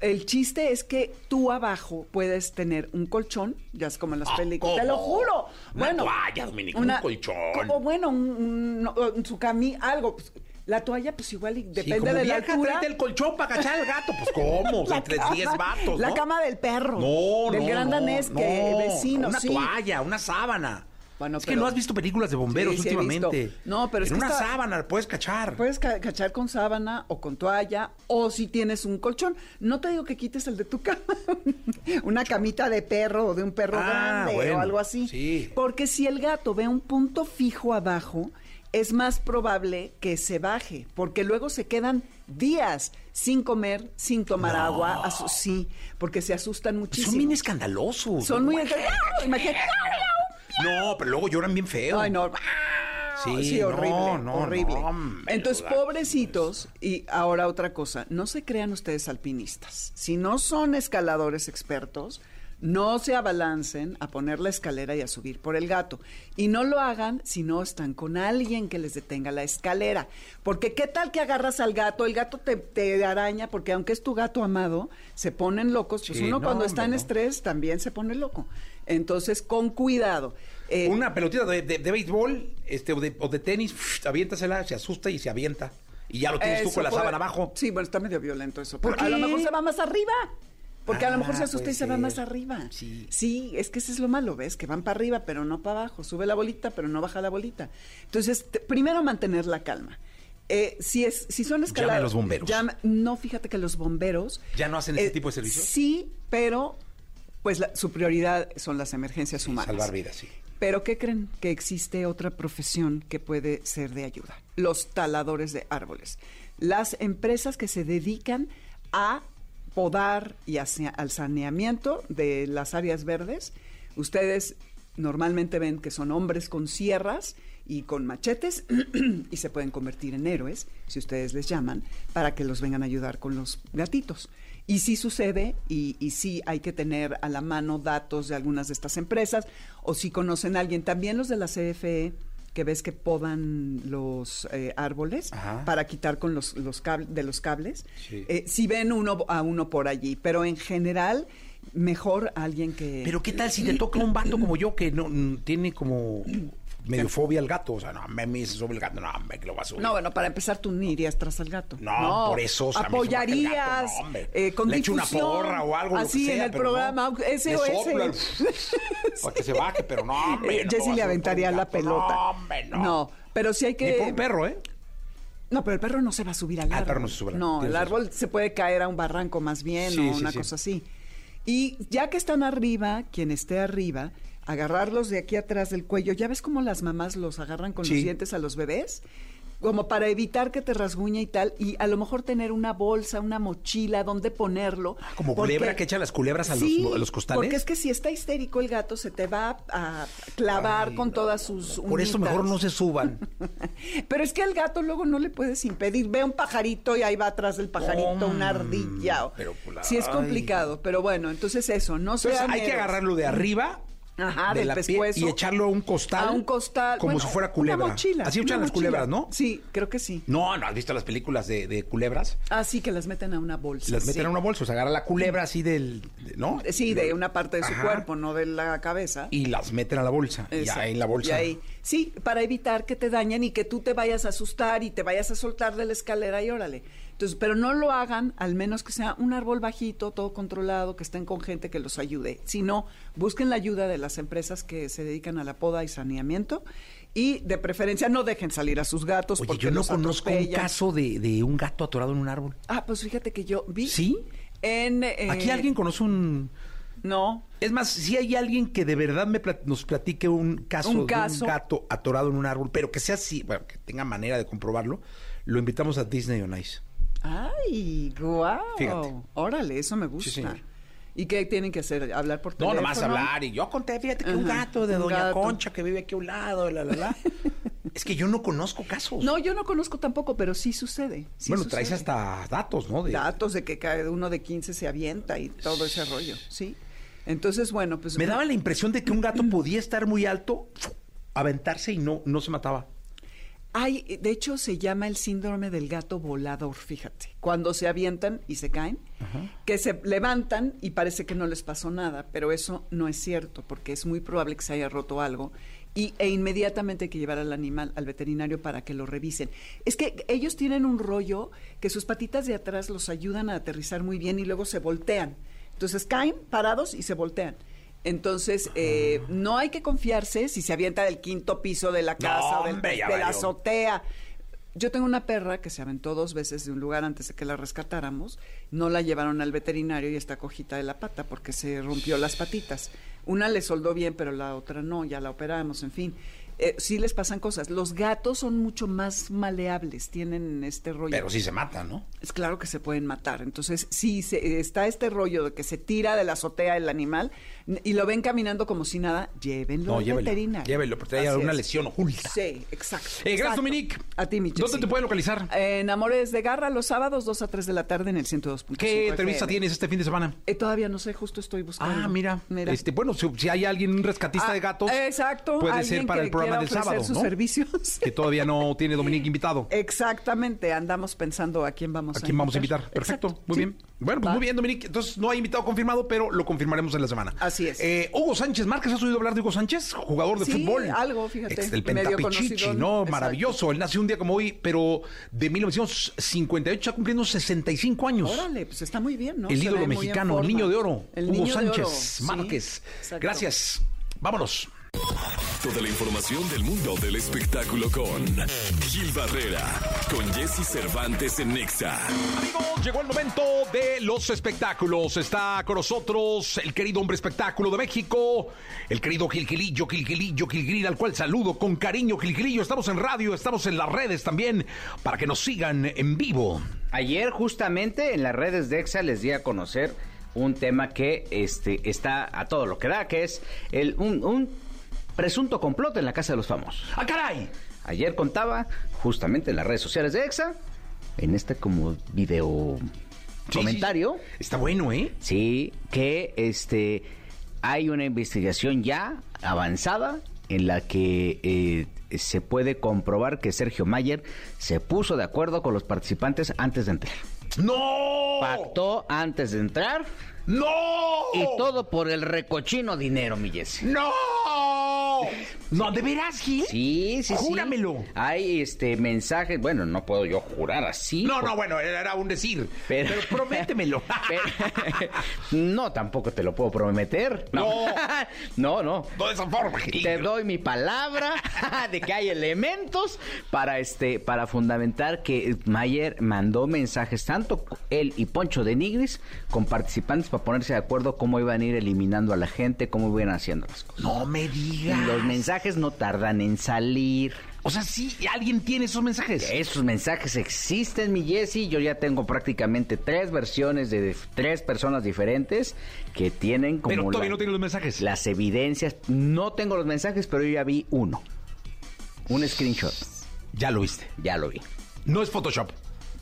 Speaker 7: El chiste es que tú abajo puedes tener un colchón, ya es como en las películas. ¡Te lo juro!
Speaker 1: Una toalla, Dominico, un colchón.
Speaker 7: Como, bueno, un, un- no, un sucamí, algo. pues, la toalla, pues igual y depende
Speaker 1: como
Speaker 7: de la
Speaker 1: vieja,
Speaker 7: altura.
Speaker 1: tráete el colchón para agachar al gato. Pues, ¿cómo?
Speaker 7: [laughs]
Speaker 1: O sea, entre 10 vatos,
Speaker 7: La
Speaker 1: ¿no?
Speaker 7: cama del perro.
Speaker 1: No,
Speaker 7: Del
Speaker 1: no,
Speaker 7: gran
Speaker 1: no,
Speaker 7: danés que
Speaker 1: no.
Speaker 7: vecino,
Speaker 1: Una
Speaker 7: sí.
Speaker 1: toalla, una sábana.
Speaker 7: Bueno,
Speaker 1: es que
Speaker 7: pero-
Speaker 1: no has visto películas de bomberos
Speaker 7: Sí, sí he
Speaker 1: últimamente.
Speaker 7: visto. No, pero es
Speaker 1: en
Speaker 7: que
Speaker 1: una
Speaker 7: esta-
Speaker 1: sábana la puedes cachar.
Speaker 7: Puedes ca- cachar con sábana o con toalla o si tienes un colchón. No te digo que quites el de tu [laughs] cama, una camita de perro o de un perro
Speaker 1: Ah,
Speaker 7: grande
Speaker 1: bueno,
Speaker 7: o algo así.
Speaker 1: sí.
Speaker 7: Porque si el gato ve un punto fijo abajo, es más probable que se baje, porque luego se quedan días sin comer, sin tomar agua. asu- Sí, porque se asustan
Speaker 1: Pues
Speaker 7: muchísimo.
Speaker 1: son bien escandalosos.
Speaker 7: Son muy... ¡Ah! Imagínate.
Speaker 1: No, pero luego lloran bien feo.
Speaker 7: Ay, no.
Speaker 1: Sí,
Speaker 7: Sí,
Speaker 1: no,
Speaker 7: horrible,
Speaker 1: no,
Speaker 7: horrible.
Speaker 1: no, hombre,
Speaker 7: Entonces,
Speaker 1: los gatos.
Speaker 7: pobrecitos, y ahora otra cosa, no se crean ustedes alpinistas. Si no son escaladores expertos, no se abalancen a poner la escalera y a subir por el gato. Y no lo hagan si no están con alguien que les detenga la escalera. Porque qué tal que agarras al gato, el gato te, te araña, porque aunque es tu gato amado, se ponen locos. Pues
Speaker 1: Sí,
Speaker 7: uno
Speaker 1: no,
Speaker 7: cuando está en
Speaker 1: hombre, no.
Speaker 7: estrés también se pone loco. Entonces, con cuidado. Eh,
Speaker 1: Una pelotita de, de- de béisbol este, o, de, o de tenis, pf, aviéntasela, se asusta y se avienta. Y ya lo tienes tú
Speaker 7: Eso
Speaker 1: con la
Speaker 7: puede-
Speaker 1: sábana abajo.
Speaker 7: Sí, bueno, está medio violento eso.
Speaker 1: ¿Por
Speaker 7: Porque a lo
Speaker 1: qué?
Speaker 7: mejor se va más arriba. Porque a
Speaker 1: Ah,
Speaker 7: lo mejor se asusta
Speaker 1: puede
Speaker 7: y se va
Speaker 1: ser.
Speaker 7: más arriba.
Speaker 1: Sí.
Speaker 7: es que eso es lo malo, ¿ves? Que van para arriba, pero no para abajo. Sube la bolita, pero no baja la bolita. Entonces, te- primero mantener la calma. Eh, si, es, si son escaladas...
Speaker 1: a los bomberos.
Speaker 7: llama- no, fíjate que los bomberos... eh,
Speaker 1: ¿Ya no hacen ese tipo de servicio?
Speaker 7: Sí, pero pues la- su prioridad son las emergencias humanas.
Speaker 1: Salvar vidas, sí.
Speaker 7: Pero ¿qué creen? Que existe otra profesión que puede ser de ayuda. Los taladores de árboles. Las empresas que se dedican a podar y a sa- al saneamiento de las áreas verdes. Ustedes normalmente ven que son hombres con sierras y con machetes [clears throat] y se pueden convertir en héroes, si ustedes les llaman, para que los vengan a ayudar con los gatitos. Y sí sucede, y, y sí hay que tener a la mano datos de algunas de estas empresas, o si conocen a alguien, también los de la CFE, que ves que podan los eh, árboles
Speaker 1: Ajá.
Speaker 7: para quitar con los, los cab- de los cables.
Speaker 1: Sí.
Speaker 7: Eh, si ven uno a uno por allí, pero en general, mejor alguien que...
Speaker 1: Pero ¿qué tal si te toca un vato como yo que no mm, tiene como medio fobia al gato? O sea, no, me, me se sube el gato, no, hombre, que lo va a subir.
Speaker 7: No, bueno, para empezar tú ni irías tras al gato.
Speaker 1: ¿eh? No, por eso, o sea, me suba el gato,
Speaker 7: apoyarías
Speaker 1: no, hombre.
Speaker 7: eh, con
Speaker 1: Le echo una
Speaker 7: difusión,
Speaker 1: porra o algo, lo que
Speaker 7: así en
Speaker 1: sea,
Speaker 7: el
Speaker 1: pero
Speaker 7: programa
Speaker 1: no.
Speaker 7: SOS.
Speaker 1: Le soplo
Speaker 7: [laughs]
Speaker 1: el- Para que se baje, pero no, hombre.
Speaker 7: Eh,
Speaker 1: no lo va
Speaker 7: Jessy
Speaker 1: a
Speaker 7: le
Speaker 1: subir
Speaker 7: aventaría
Speaker 1: por un
Speaker 7: la
Speaker 1: gato,
Speaker 7: pelota.
Speaker 1: No, hombre, no.
Speaker 7: No, pero sí hay que
Speaker 1: Ni por un perro, ¿eh?
Speaker 7: No, pero el perro no se va a subir al árbol.
Speaker 1: Ah, el perro no se sube al árbol.
Speaker 7: No,
Speaker 1: Tienes
Speaker 7: el
Speaker 1: razón.
Speaker 7: árbol se puede caer a un barranco más bien
Speaker 1: Sí,
Speaker 7: o
Speaker 1: sí,
Speaker 7: una
Speaker 1: sí.
Speaker 7: cosa así. Y ya que están arriba, quien esté arriba, agarrarlos de aquí atrás del cuello. ¿Ya ves cómo las mamás los agarran con
Speaker 1: Sí.
Speaker 7: los dientes a los bebés? Como para evitar que te rasguñe y tal, y a lo mejor tener una bolsa, una mochila, donde ponerlo.
Speaker 1: Ah, como culebra que echa las culebras a los-
Speaker 7: Sí,
Speaker 1: a los costales.
Speaker 7: Porque es que si está histérico el gato, se te va a a clavar
Speaker 1: Ay,
Speaker 7: con
Speaker 1: no,
Speaker 7: todas sus.
Speaker 1: Por eso mejor
Speaker 7: uñitas.
Speaker 1: no se suban.
Speaker 7: Pero es que al gato luego no le puedes impedir. Ve un pajarito y ahí va atrás del pajarito una ardilla. o-
Speaker 1: pero, pues,
Speaker 7: sí es
Speaker 1: ay.
Speaker 7: complicado, pero bueno, entonces eso, no
Speaker 1: Entonces
Speaker 7: sean
Speaker 1: hay que
Speaker 7: héroes.
Speaker 1: agarrarlo de arriba
Speaker 7: Ajá,
Speaker 8: de
Speaker 7: Ah, del
Speaker 8: la pie-
Speaker 7: pescuezo.
Speaker 8: y echarlo a un costal.
Speaker 7: A un costal.
Speaker 8: Como
Speaker 7: bueno,
Speaker 8: si fuera
Speaker 7: una
Speaker 8: culebra.
Speaker 7: mochila,
Speaker 8: Así
Speaker 7: una
Speaker 8: echan las
Speaker 7: mochila.
Speaker 8: culebras, ¿no?
Speaker 7: Sí, creo que sí.
Speaker 8: No, no, ¿has visto las películas de, de culebras?
Speaker 7: Así que las meten a una bolsa.
Speaker 8: Las meten en una bolsa, o sea, agarra la culebra así del, de- ¿no?
Speaker 7: Eh, Sí, de una parte de su
Speaker 8: Ajá.
Speaker 7: cuerpo, no de la cabeza.
Speaker 8: Y las meten a la bolsa,
Speaker 7: Exacto.
Speaker 8: y ahí en la bolsa.
Speaker 7: Y ahí- sí, para evitar que te dañen y que tú te vayas a asustar y te vayas a soltar de la escalera y órale. Entonces, pero no lo hagan, al menos que sea un árbol bajito, todo controlado, que estén con gente que los ayude. Si no, busquen la ayuda de las empresas que se dedican a la poda y saneamiento y de preferencia no dejen salir a sus gatos
Speaker 6: Oye,
Speaker 7: porque
Speaker 6: yo no
Speaker 7: los
Speaker 6: conozco un
Speaker 7: atropellan.
Speaker 6: caso de, de un gato atorado en un árbol.
Speaker 7: Ah, pues fíjate que yo vi.
Speaker 6: ¿Sí?
Speaker 7: En, eh,
Speaker 6: Aquí alguien conoce un...
Speaker 7: No.
Speaker 6: Es más, si hay alguien que de verdad me plat- nos platique un caso,
Speaker 7: Un
Speaker 6: de
Speaker 7: caso.
Speaker 6: un gato atorado en un árbol, pero que sea así, bueno, que tenga manera de comprobarlo, lo invitamos a Disney on Ice.
Speaker 7: Ay, guau.
Speaker 6: Fíjate.
Speaker 7: Órale, eso me gusta.
Speaker 6: señor.
Speaker 7: ¿Y qué tienen que hacer? ¿Hablar por
Speaker 8: No,
Speaker 7: teléfono?
Speaker 8: nomás hablar. Y yo conté, fíjate que un
Speaker 7: Ajá,
Speaker 8: gato de
Speaker 7: un
Speaker 8: Doña
Speaker 7: gato.
Speaker 8: Concha que vive aquí a un lado, la, la,
Speaker 7: [laughs]
Speaker 8: la. es que yo no conozco casos.
Speaker 7: No, yo no conozco tampoco, pero sí sucede. sí
Speaker 8: bueno,
Speaker 7: sucede.
Speaker 8: traes hasta datos, ¿no? De-
Speaker 7: Datos de que cada uno de 15 se avienta y todo ese rollo, ¿sí? Entonces, bueno, pues...
Speaker 6: Me daba la impresión de que un gato podía estar muy alto, aventarse y no, no se mataba.
Speaker 7: Hay, de hecho, se llama el síndrome del gato volador, fíjate. Cuando se avientan y se caen, que se levantan y parece que no les pasó nada, pero eso no es cierto, porque es muy probable que se haya roto algo. Y, e inmediatamente hay que llevar al animal al veterinario para que lo revisen. Es que ellos tienen un rollo que sus patitas de atrás los ayudan a aterrizar muy bien y luego se voltean. Entonces caen parados y se voltean. Entonces, eh,
Speaker 8: Ah.
Speaker 7: no hay que confiarse si se avienta del quinto piso de la casa, o del-
Speaker 8: hombre, ya
Speaker 7: de la
Speaker 8: valió.
Speaker 7: azotea. Yo tengo una perra que se aventó dos veces de un lugar antes de que la rescatáramos. No la llevaron al veterinario y está cojita de la pata porque se rompió las patitas. Una le soldó bien, pero la otra no, ya la operamos, en fin. Eh, sí les pasan cosas. Los gatos son mucho más maleables, tienen este rollo.
Speaker 8: Pero sí se matan, ¿no?
Speaker 7: Es claro que se pueden matar. Entonces, sí, se- está este rollo de que se tira de la azotea el animal n- y lo ven caminando como si nada, llévenlo
Speaker 8: No,
Speaker 7: al
Speaker 8: llévelo.
Speaker 7: veterinario.
Speaker 8: Llévelo, porque hay
Speaker 7: Así
Speaker 8: una
Speaker 7: es.
Speaker 8: lesión oculta.
Speaker 7: Sí, exacto.
Speaker 8: Eh, gracias,
Speaker 7: exacto.
Speaker 8: Dominique.
Speaker 7: A ti, Michelle.
Speaker 8: ¿Dónde te pueden localizar?
Speaker 7: En Amores de Garra, los sábados, 2 a 3 de la tarde en el 102.5.
Speaker 8: ¿Qué entrevista
Speaker 7: FM.
Speaker 8: tienes este fin de semana?
Speaker 7: Eh, todavía no sé, justo estoy buscando.
Speaker 8: Ah, mira. Este, bueno, si, si hay alguien, un rescatista
Speaker 7: Ah,
Speaker 8: de gatos.
Speaker 7: exacto,
Speaker 8: Puede
Speaker 7: alguien
Speaker 8: ser para
Speaker 7: que
Speaker 8: el programa
Speaker 7: quiera
Speaker 8: del
Speaker 7: ofrecer
Speaker 8: sábado.
Speaker 7: sus
Speaker 8: ¿no?
Speaker 7: servicios. [laughs]
Speaker 8: Que todavía no tiene Dominique invitado.
Speaker 7: Exactamente, andamos pensando a quién vamos
Speaker 8: ¿A
Speaker 7: a
Speaker 8: quién vamos a invitar? Perfecto,
Speaker 7: Exacto,
Speaker 8: muy
Speaker 7: sí.
Speaker 8: bien. Bueno, pues
Speaker 7: Va.
Speaker 8: muy bien, Dominique. Entonces no hay invitado confirmado, pero lo confirmaremos en la semana.
Speaker 7: Así es.
Speaker 8: Eh, Hugo Sánchez Márquez, ¿has oído hablar de Hugo Sánchez? Jugador de
Speaker 7: Sí,
Speaker 8: fútbol.
Speaker 7: algo, fíjate,
Speaker 8: Ex del
Speaker 7: medio
Speaker 8: Pentapichichi,
Speaker 7: conocidón.
Speaker 8: ¿no?
Speaker 7: Exacto.
Speaker 8: Maravilloso. Él nació un día como hoy, pero de 1958 está cumpliendo 65 años.
Speaker 7: Órale, pues está muy bien, ¿no?
Speaker 8: El
Speaker 7: Se
Speaker 8: ídolo
Speaker 7: ve muy en
Speaker 8: mexicano, el
Speaker 7: forma.
Speaker 8: niño de oro,
Speaker 7: El
Speaker 8: Hugo
Speaker 7: niño de
Speaker 8: Sánchez
Speaker 7: oro, sí,
Speaker 8: Márquez.
Speaker 7: exacto.
Speaker 8: Gracias. Vámonos.
Speaker 2: Toda la información del mundo del espectáculo con Gil Barrera, con Jesse Cervantes en Nexa.
Speaker 8: Amigos, llegó el momento de los espectáculos. Está con nosotros el querido hombre espectáculo de México, el querido Gilgilillo, Gilgilillo, Gilgilil, al cual saludo con cariño, Gilgilillo. Estamos en radio, estamos en las redes también para que nos sigan en vivo.
Speaker 5: Ayer justamente en las redes de EXA les di a conocer un tema que este, está a todo lo que da, que es el, un, un presunto complot en la casa de los famosos.
Speaker 8: ¡Ah, caray!
Speaker 5: Ayer contaba justamente en las redes sociales de EXA, en este como video
Speaker 8: Sí,
Speaker 5: comentario,
Speaker 8: sí, sí. Está bueno, ¿eh?
Speaker 5: sí, que este hay una investigación ya avanzada en la que eh, se puede comprobar que Sergio Mayer se puso de acuerdo con los participantes antes de entrar.
Speaker 8: ¡No!
Speaker 5: Pactó antes de entrar
Speaker 8: ¡No!
Speaker 5: y todo por el recochino dinero, mi Jesse.
Speaker 8: ¡No! No, ¿de veras, Gil?
Speaker 5: Sí, sí, sí.
Speaker 8: Júramelo.
Speaker 5: Hay este mensajes, bueno, no puedo yo jurar así.
Speaker 8: No, no, bueno, era un decir. Pero,
Speaker 5: Pero-
Speaker 8: prométemelo.
Speaker 5: [laughs] Pero- [laughs] no, tampoco te lo puedo prometer.
Speaker 8: No.
Speaker 5: [laughs] no, no.
Speaker 8: no de esa forma, Gil.
Speaker 5: Te doy mi palabra [laughs] de que hay elementos para este para fundamentar que Mayer mandó mensajes tanto él y Poncho de Nigris con participantes para ponerse de acuerdo cómo iban a ir eliminando a la gente, cómo iban haciendo las cosas.
Speaker 8: No me digas.
Speaker 5: Los mensajes no tardan en salir.
Speaker 8: O sea, sí, alguien tiene esos mensajes.
Speaker 5: Esos mensajes existen, mi Jesse. Yo ya tengo prácticamente tres versiones de tres personas diferentes que tienen como.
Speaker 8: Pero todavía
Speaker 5: la-
Speaker 8: no tiene los mensajes.
Speaker 5: Las evidencias. No tengo los mensajes, pero yo ya vi uno. Un screenshot.
Speaker 8: Ya lo viste.
Speaker 5: Ya lo vi.
Speaker 8: No es Photoshop.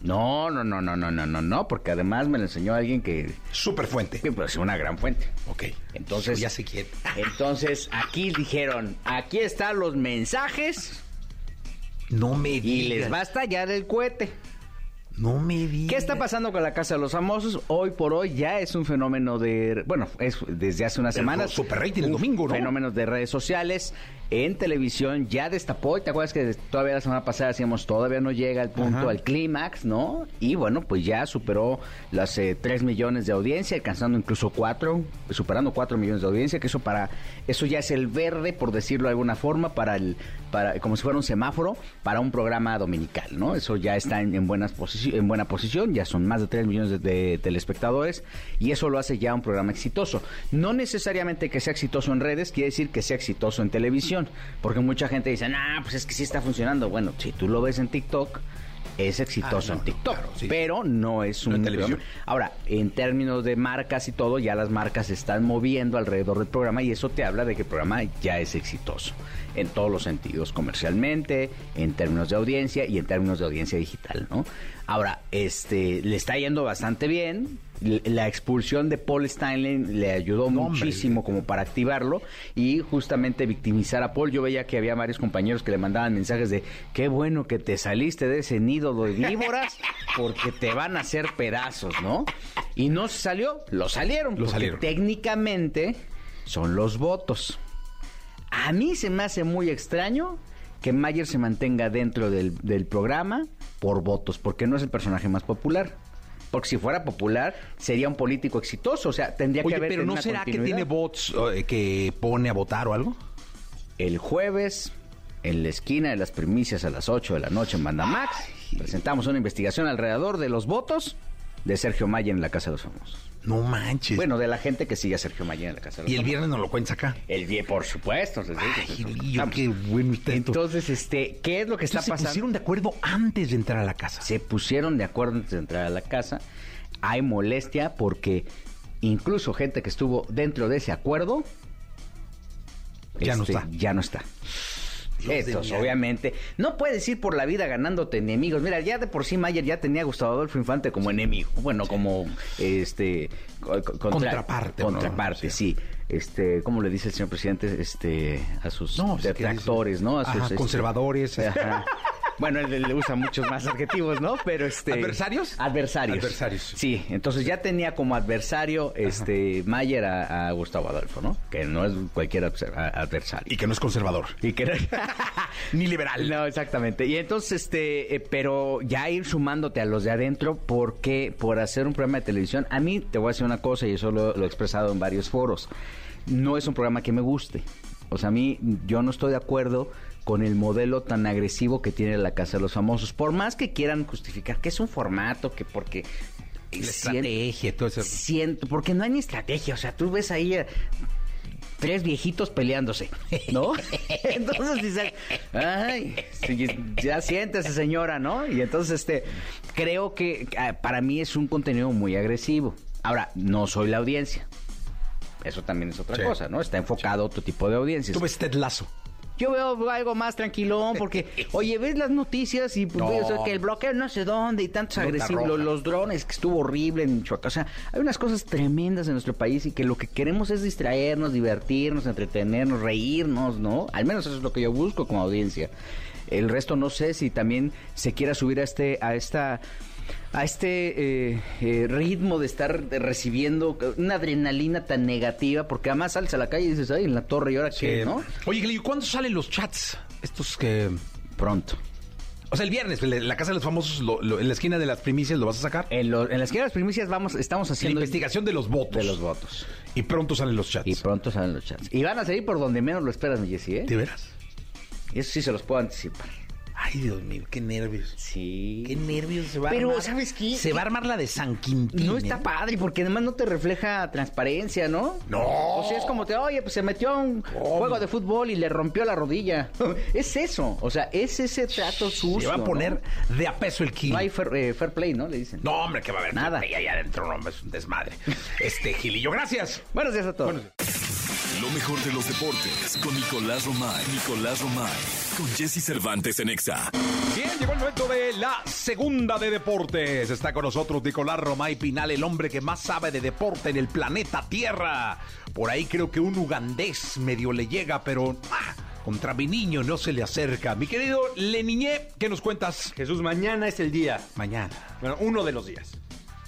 Speaker 5: No, no, no, no, no, no, no, no, porque además me lo enseñó alguien que,
Speaker 8: Super fuente.
Speaker 5: que pues, es una gran fuente.
Speaker 8: Ok.
Speaker 5: Entonces-
Speaker 8: ya sé quién.
Speaker 5: Entonces, aquí dijeron, aquí están los mensajes
Speaker 6: No me
Speaker 5: y
Speaker 6: digas.
Speaker 5: les va a estallar el cohete.
Speaker 6: No me digas.
Speaker 5: ¿Qué está pasando con la Casa de los Famosos? Hoy por hoy ya es un fenómeno de... Bueno, es desde hace unas semanas.
Speaker 8: super rating el
Speaker 5: un
Speaker 8: domingo, ¿no?
Speaker 5: Fenómeno de redes sociales. En televisión ya destapó. ¿Y te acuerdas que todavía la semana pasada decíamos todavía no llega al punto, al clímax, ¿no? Y bueno, pues ya superó las eh, 3 millones de audiencia, alcanzando incluso 4, superando 4 millones de audiencia, que eso para... Eso ya es el verde, por decirlo de alguna forma, para el... Para, como si fuera un semáforo para un programa dominical, ¿no? Eso ya está en, en buenas posici- en buena posición, ya son más de 3 millones de, de telespectadores y eso lo hace ya un programa exitoso. No necesariamente que sea exitoso en redes quiere decir que sea exitoso en televisión, porque mucha gente dice, ah, pues es que sí está funcionando. Bueno, si tú lo ves en TikTok, es exitoso
Speaker 8: Ah, no,
Speaker 5: en TikTok,
Speaker 8: claro, sí.
Speaker 5: pero no es
Speaker 8: No
Speaker 5: un
Speaker 8: en televisión.
Speaker 5: programa. Ahora, en términos de marcas y todo, ya las marcas se están moviendo alrededor del programa y eso te habla de que el programa ya es exitoso en todos los sentidos, comercialmente, en términos de audiencia y en términos de audiencia digital, ¿no? Ahora, este, le está yendo bastante bien. L- La expulsión de Paul Stanley le ayudó muchísimo como para activarlo y justamente victimizar a Paul. Yo veía que había varios compañeros que le mandaban mensajes de qué bueno que te saliste de ese nido de
Speaker 8: [laughs]
Speaker 5: víboras porque te van a hacer pedazos, ¿no? Y no se salió, lo salieron.
Speaker 8: Lo
Speaker 5: porque
Speaker 8: salieron.
Speaker 5: Técnicamente son los votos. A mí se me hace muy extraño que Mayer se mantenga dentro del, del programa por votos, porque no es el personaje más popular. Porque si fuera popular, sería un político exitoso. O sea, tendría que
Speaker 8: Oye,
Speaker 5: haber.
Speaker 8: pero
Speaker 5: tenido
Speaker 8: ¿no
Speaker 5: una
Speaker 8: será que
Speaker 5: continuidad.
Speaker 8: tiene bots eh, que pone a votar o algo?
Speaker 5: El jueves, en la esquina de las primicias a las 8 de la noche en Bandamax, presentamos una investigación alrededor de los votos de Sergio Mayer en la Casa de los Famosos.
Speaker 8: No manches.
Speaker 5: Bueno, de la gente que sigue a Sergio Mayer en la Casa de los
Speaker 8: y el
Speaker 5: Famosos.
Speaker 8: viernes nos lo cuentas acá.
Speaker 5: El día, por supuesto. les digo,
Speaker 8: Ay,
Speaker 5: pues,
Speaker 8: Gilillo,
Speaker 5: vamos.
Speaker 8: qué bueno está esto.
Speaker 5: Entonces, este, ¿qué es lo que está
Speaker 8: Entonces, se
Speaker 5: pasando?
Speaker 8: pusieron de acuerdo antes de entrar a la casa.
Speaker 5: se pusieron de acuerdo antes de entrar a la casa. Hay molestia porque incluso gente que estuvo dentro de ese acuerdo este,
Speaker 8: Ya no está.
Speaker 5: Ya no está. Estos, obviamente. No puedes ir por la vida ganándote enemigos. Mira, ya de por sí Mayer ya tenía a Gustavo Adolfo Infante como enemigo. Bueno, como este co- co- contra-
Speaker 8: Contraparte, ¿no?
Speaker 5: Contraparte, sí.
Speaker 8: Sí.
Speaker 5: Este, ¿cómo le dice el señor presidente? Este, a sus
Speaker 8: No, sí que dice-
Speaker 5: detractores, ¿no? A sus
Speaker 8: Ajá,
Speaker 5: este,
Speaker 8: conservadores.
Speaker 5: Ajá. Bueno, él le usa muchos más adjetivos, ¿no? Pero este.
Speaker 8: ¿Adversarios?
Speaker 5: Adversarios.
Speaker 8: Adversarios.
Speaker 5: Sí, entonces ya tenía como adversario este Mayer a, a Gustavo Adolfo, ¿no? Que no es cualquier adver- a- adversario.
Speaker 8: Y que no es conservador.
Speaker 5: Y que [laughs]
Speaker 8: Ni liberal.
Speaker 5: No, exactamente. Y entonces, este, eh, pero ya ir sumándote a los de adentro, porque por hacer un programa de televisión, a mí te voy a decir una cosa, y eso lo, lo he expresado en varios foros, no es un programa que me guste. O sea, a mí yo no estoy de acuerdo con el modelo tan agresivo que tiene la Casa de los Famosos, por más que quieran justificar que es un formato, que porque...
Speaker 8: La
Speaker 5: siento-
Speaker 8: estrategia y todo eso.
Speaker 5: siento, porque no hay ni estrategia, o sea, tú ves ahí a tres viejitos peleándose,
Speaker 8: [laughs]
Speaker 5: ¿no? entonces dices, ay, sí, ya siéntese señora, ¿no? Y entonces, este, creo que ah, para mí es un contenido muy agresivo. Ahora, no soy la audiencia. Eso también es otra
Speaker 8: Sí.
Speaker 5: cosa, ¿no? Está enfocado a otro tipo de audiencias.
Speaker 8: Tú ves Ted este Lazo.
Speaker 5: Yo veo algo más tranquilón
Speaker 8: [laughs]
Speaker 5: porque, oye, ves las noticias y pues,
Speaker 8: No.
Speaker 5: ves, o sea, que el bloqueo no sé dónde y tantos
Speaker 8: Nota
Speaker 5: agresivos,
Speaker 8: roja.
Speaker 5: lo- los drones, que estuvo horrible en Michoacán. O sea, hay unas cosas tremendas en nuestro país y que lo que queremos es distraernos, divertirnos, entretenernos, reírnos, ¿no? Al menos eso es lo que yo busco como audiencia. El resto no sé si también se quiera subir a este, a esta a este eh, eh, ritmo de estar de- recibiendo una adrenalina tan negativa, porque además sales a la calle y dices, ay, en la torre, ¿y ahora qué,
Speaker 8: Eh,
Speaker 5: no?
Speaker 8: Oye, Gilillo, ¿cuándo salen los chats? Estos que...
Speaker 5: Pronto.
Speaker 8: O sea, el viernes, la la casa de los famosos, lo- lo- en la esquina de las primicias, ¿lo vas a sacar?
Speaker 5: En, lo- en la esquina de las primicias vamos, estamos
Speaker 8: la
Speaker 5: haciendo
Speaker 8: investigación de los votos.
Speaker 5: de los votos.
Speaker 8: Y pronto salen los chats.
Speaker 5: Y pronto salen los chats. Y van a salir por donde menos lo esperas, mi Jessy, ¿eh?
Speaker 8: ¿De veras?
Speaker 5: Eso sí se los puedo anticipar.
Speaker 6: Ay, Dios mío, qué nervios.
Speaker 5: Sí.
Speaker 6: Qué nervios se va
Speaker 5: Pero,
Speaker 6: a armar.
Speaker 5: ¿sabes qué?
Speaker 6: Se va a armar la de San Quintín.
Speaker 5: No está
Speaker 6: ¿eh?
Speaker 5: padre, porque además no te refleja transparencia, ¿no?
Speaker 8: No.
Speaker 5: O sea, es como te, oye, pues se metió a un juego de fútbol y le rompió la rodilla. [laughs] es eso. O sea, es ese trato sucio.
Speaker 8: Se va a poner
Speaker 5: ¿no?
Speaker 8: de a peso el kilo.
Speaker 5: No hay fair, eh, fair play, ¿no? Le dicen.
Speaker 8: No, hombre, que va a haber
Speaker 5: Nada.
Speaker 8: Ahí ahí adentro, no, hombre, es un
Speaker 5: [laughs]
Speaker 8: desmadre. Este, Gilillo, gracias.
Speaker 5: Buenos días a todos.
Speaker 2: Lo mejor de los deportes con Nicolás Romay. Nicolás Romay. Con Jesse Cervantes en Exa.
Speaker 8: Bien, llegó el momento de la segunda de deportes. Está con nosotros Nicolás Romay Pinal, el hombre que más sabe de deporte en el planeta Tierra. Por ahí creo que un ugandés medio le llega, pero ah, contra mi niño no se le acerca. Mi querido Leniñé, ¿qué nos cuentas?
Speaker 4: Jesús, mañana es el día.
Speaker 8: Mañana.
Speaker 4: Bueno, uno de los días.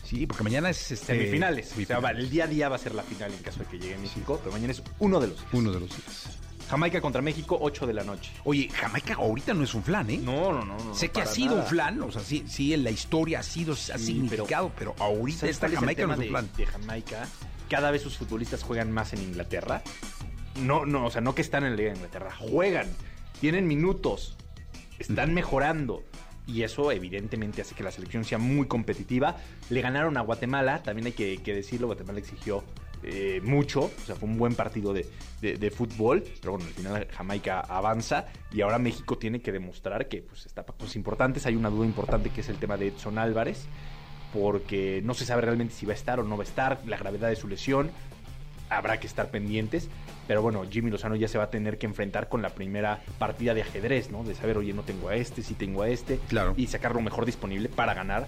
Speaker 8: Sí, porque mañana es este,
Speaker 4: Semifinales. O sea,
Speaker 8: semifinal.
Speaker 4: va- el día a día va a ser la final en caso de que llegue México, pero mañana es uno de los días.
Speaker 8: Uno de los días.
Speaker 4: Jamaica contra México, 8 de la noche.
Speaker 8: Oye, Jamaica ahorita no es un flan, ¿eh?
Speaker 4: No, no, no.
Speaker 8: Sé que ha sido un flan, o sea, sí, sí, en la historia ha sido, ha significado, pero, ahorita
Speaker 4: ¿Sabes
Speaker 8: está
Speaker 4: cuál es el
Speaker 8: Jamaica
Speaker 4: tema
Speaker 8: no es un
Speaker 4: de-
Speaker 8: flan.
Speaker 4: De, Jamaica, cada vez sus futbolistas juegan más en Inglaterra. No, no, o sea, no que están en la Liga de Inglaterra, juegan, tienen minutos, están mejorando. Y eso evidentemente hace que la selección sea muy competitiva. Le ganaron a Guatemala, también hay que, que decirlo, Guatemala exigió eh, mucho, o sea, fue un buen partido de, de- de fútbol, pero bueno, al final Jamaica avanza y ahora México tiene que demostrar que pues, está para cosas importantes. Hay una duda importante que es el tema de Edson Álvarez, porque no se sabe realmente si va a estar o no va a estar, la gravedad de su lesión, habrá que estar pendientes, pero bueno, Jimmy Lozano ya se va a tener que enfrentar con la primera partida de ajedrez, ¿no? De saber, oye, no tengo a este, sí tengo a este,
Speaker 8: Claro.
Speaker 4: y sacar lo mejor disponible para ganar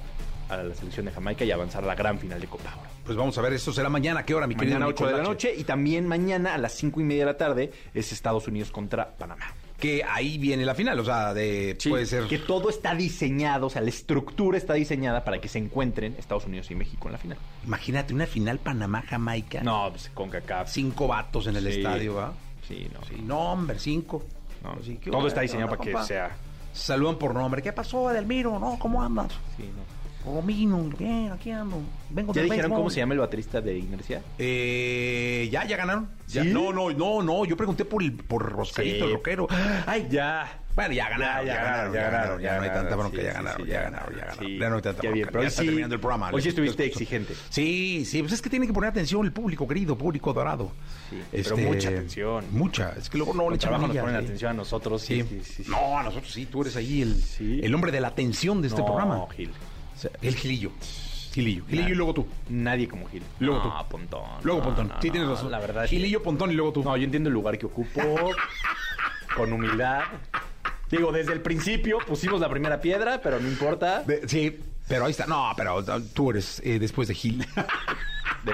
Speaker 4: a la selección de Jamaica y avanzar a la gran final de Copa Oro.
Speaker 8: Pues vamos a ver, esto será mañana, ¿qué hora, mi querido?
Speaker 4: Mañana 8 de la
Speaker 8: Nicolache?
Speaker 4: noche y también mañana a las 5 y media de la tarde es Estados Unidos contra Panamá.
Speaker 8: Que ahí viene la final, o sea, de, puede ser...
Speaker 4: Que todo está diseñado, o sea, la estructura está diseñada para que se encuentren Estados Unidos y México en la final.
Speaker 8: Imagínate, una final Panamá-Jamaica.
Speaker 4: No, pues con CACAF.
Speaker 8: Cinco vatos en el
Speaker 4: Sí.
Speaker 8: estadio, ¿va?
Speaker 4: Sí, no.
Speaker 8: Sí, no, hombre, cinco. Pues
Speaker 4: No,
Speaker 8: Así que,
Speaker 4: todo está
Speaker 8: bueno,
Speaker 4: diseñado para
Speaker 8: Ah, compa.
Speaker 4: que sea.
Speaker 8: Saludan por nombre. ¿Qué pasó, Edelmiro? No, ¿cómo andas?
Speaker 4: Sí, no.
Speaker 8: Romino, bien, aquí ando. Vengo
Speaker 4: ¿Ya
Speaker 8: del
Speaker 4: dijeron
Speaker 8: béisbol.
Speaker 4: cómo se llama el baterista de Inercia?
Speaker 8: Eh, ya, ya ganaron. Ya-
Speaker 4: ¿Sí?
Speaker 8: No, no, no, no. Yo pregunté por el por Roscarito,
Speaker 4: Sí. Ah,
Speaker 8: el rockero. Ay,
Speaker 4: Ya.
Speaker 8: Bueno, ya ganaron, ya, ganaron, ya ganaron, ya no hay tanta bronca,
Speaker 4: Sí,
Speaker 8: ya
Speaker 4: sí,
Speaker 8: ganaron,
Speaker 4: sí,
Speaker 8: ya ganaron, ya ganaron.
Speaker 4: sí.
Speaker 8: Ya no hay tanta
Speaker 4: Qué bien,
Speaker 8: bronca,
Speaker 4: pero hoy
Speaker 8: ya está
Speaker 4: sí-
Speaker 8: terminando el programa.
Speaker 4: hoy sí
Speaker 8: Les-
Speaker 4: estuviste
Speaker 8: les-
Speaker 4: exigente.
Speaker 8: Sí, sí, pues es que tienen que poner atención el público, querido público dorado.
Speaker 4: Sí, pero mucha atención.
Speaker 8: Mucha, es que luego no
Speaker 4: Con
Speaker 8: le echan
Speaker 4: trabajo nos
Speaker 8: millas,
Speaker 4: ponen
Speaker 8: eh.
Speaker 4: atención a nosotros.
Speaker 8: Sí.
Speaker 4: Sí, sí, sí, sí.
Speaker 8: No, a nosotros sí, tú eres ahí el,
Speaker 4: Sí.
Speaker 8: el hombre de la atención de este
Speaker 4: No,
Speaker 8: programa.
Speaker 4: Gil.
Speaker 8: O sea, el Gilillo. Gilillo, Gilillo y luego tú.
Speaker 4: Nadie como Gil. no,
Speaker 8: Luego tú.
Speaker 4: Pontón.
Speaker 8: Luego
Speaker 4: No,
Speaker 8: Pontón.
Speaker 4: no,
Speaker 8: sí, tienes
Speaker 4: no,
Speaker 8: razón.
Speaker 4: La verdad.
Speaker 8: Gilillo, Pontón y luego tú.
Speaker 4: No, yo entiendo el lugar que ocupo.
Speaker 8: [laughs]
Speaker 4: con humildad. Digo, desde el principio pusimos la primera piedra, pero no importa. De,
Speaker 8: De- sí, pero ahí está. No, pero ah, tú eres eh, después
Speaker 4: [laughs]
Speaker 8: de Gil.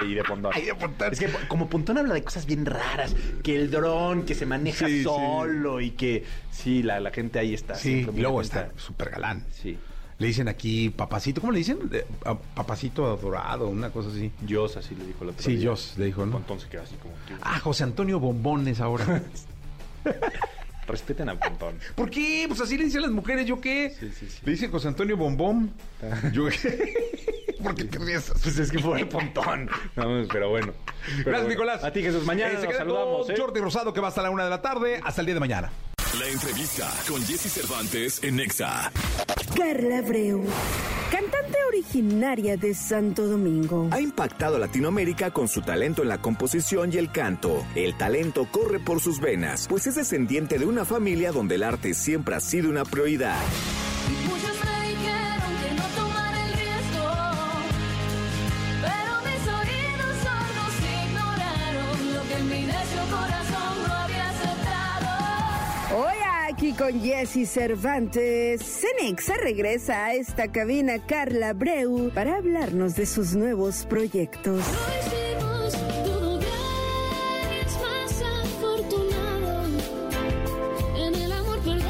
Speaker 4: y de Pontón.
Speaker 8: Ay, de Pontón.
Speaker 4: Es que como Pontón habla de cosas bien raras, que el dron, que se maneja
Speaker 8: Sí, sí.
Speaker 4: solo y que sí, la, la gente ahí está.
Speaker 8: sí,
Speaker 4: siempre muy
Speaker 8: luego
Speaker 4: atenta.
Speaker 8: está súper galán.
Speaker 4: Sí.
Speaker 8: Le dicen aquí papacito. ¿Cómo le dicen? Eh, a- papacito adorado, una cosa así.
Speaker 4: Dios así le dijo el otro
Speaker 8: Sí,
Speaker 4: día.
Speaker 8: Dios, le dijo, ¿no?
Speaker 4: Pontón se quedó así como que
Speaker 8: Ah, José Antonio
Speaker 4: [laughs]
Speaker 8: Bombones ahora.
Speaker 4: respeten a Pontón. [laughs]
Speaker 8: ¿Por qué? Pues así le dicen las mujeres, ¿yo qué?
Speaker 4: Sí, sí, sí.
Speaker 8: Le dicen José Antonio Bombón. ¿Yo qué? [laughs] ¿Por qué te ríes?
Speaker 4: Pues es que fue el Pontón. No, pero bueno. Pero
Speaker 8: Gracias,
Speaker 4: bueno.
Speaker 8: Nicolás.
Speaker 4: A ti, Jesús. Mañana
Speaker 8: Eh, se
Speaker 4: nos
Speaker 8: queda
Speaker 4: saludamos.
Speaker 8: con
Speaker 4: ¿eh?
Speaker 8: Jordi Rosado, que va hasta la una de la tarde, hasta el día de mañana.
Speaker 2: La entrevista con Jesse Cervantes en Exa.
Speaker 12: Carla Breu, cantante originaria de Santo Domingo.
Speaker 13: Ha impactado a Latinoamérica con su talento en la composición y el canto. El talento corre por sus venas, pues es descendiente de una familia donde el arte siempre ha sido una prioridad.
Speaker 12: Muchos me dijeron que no tomar el riesgo, pero mis oídos sordos ignoraron lo que en mi necio corazón no había aceptado. Hoy aquí con Jesse Cervantes, Cenex regresa a esta cabina Carla Breu para hablarnos de sus nuevos proyectos.
Speaker 14: Lo hicimos todo bien, es más afortunado. En el amor perder.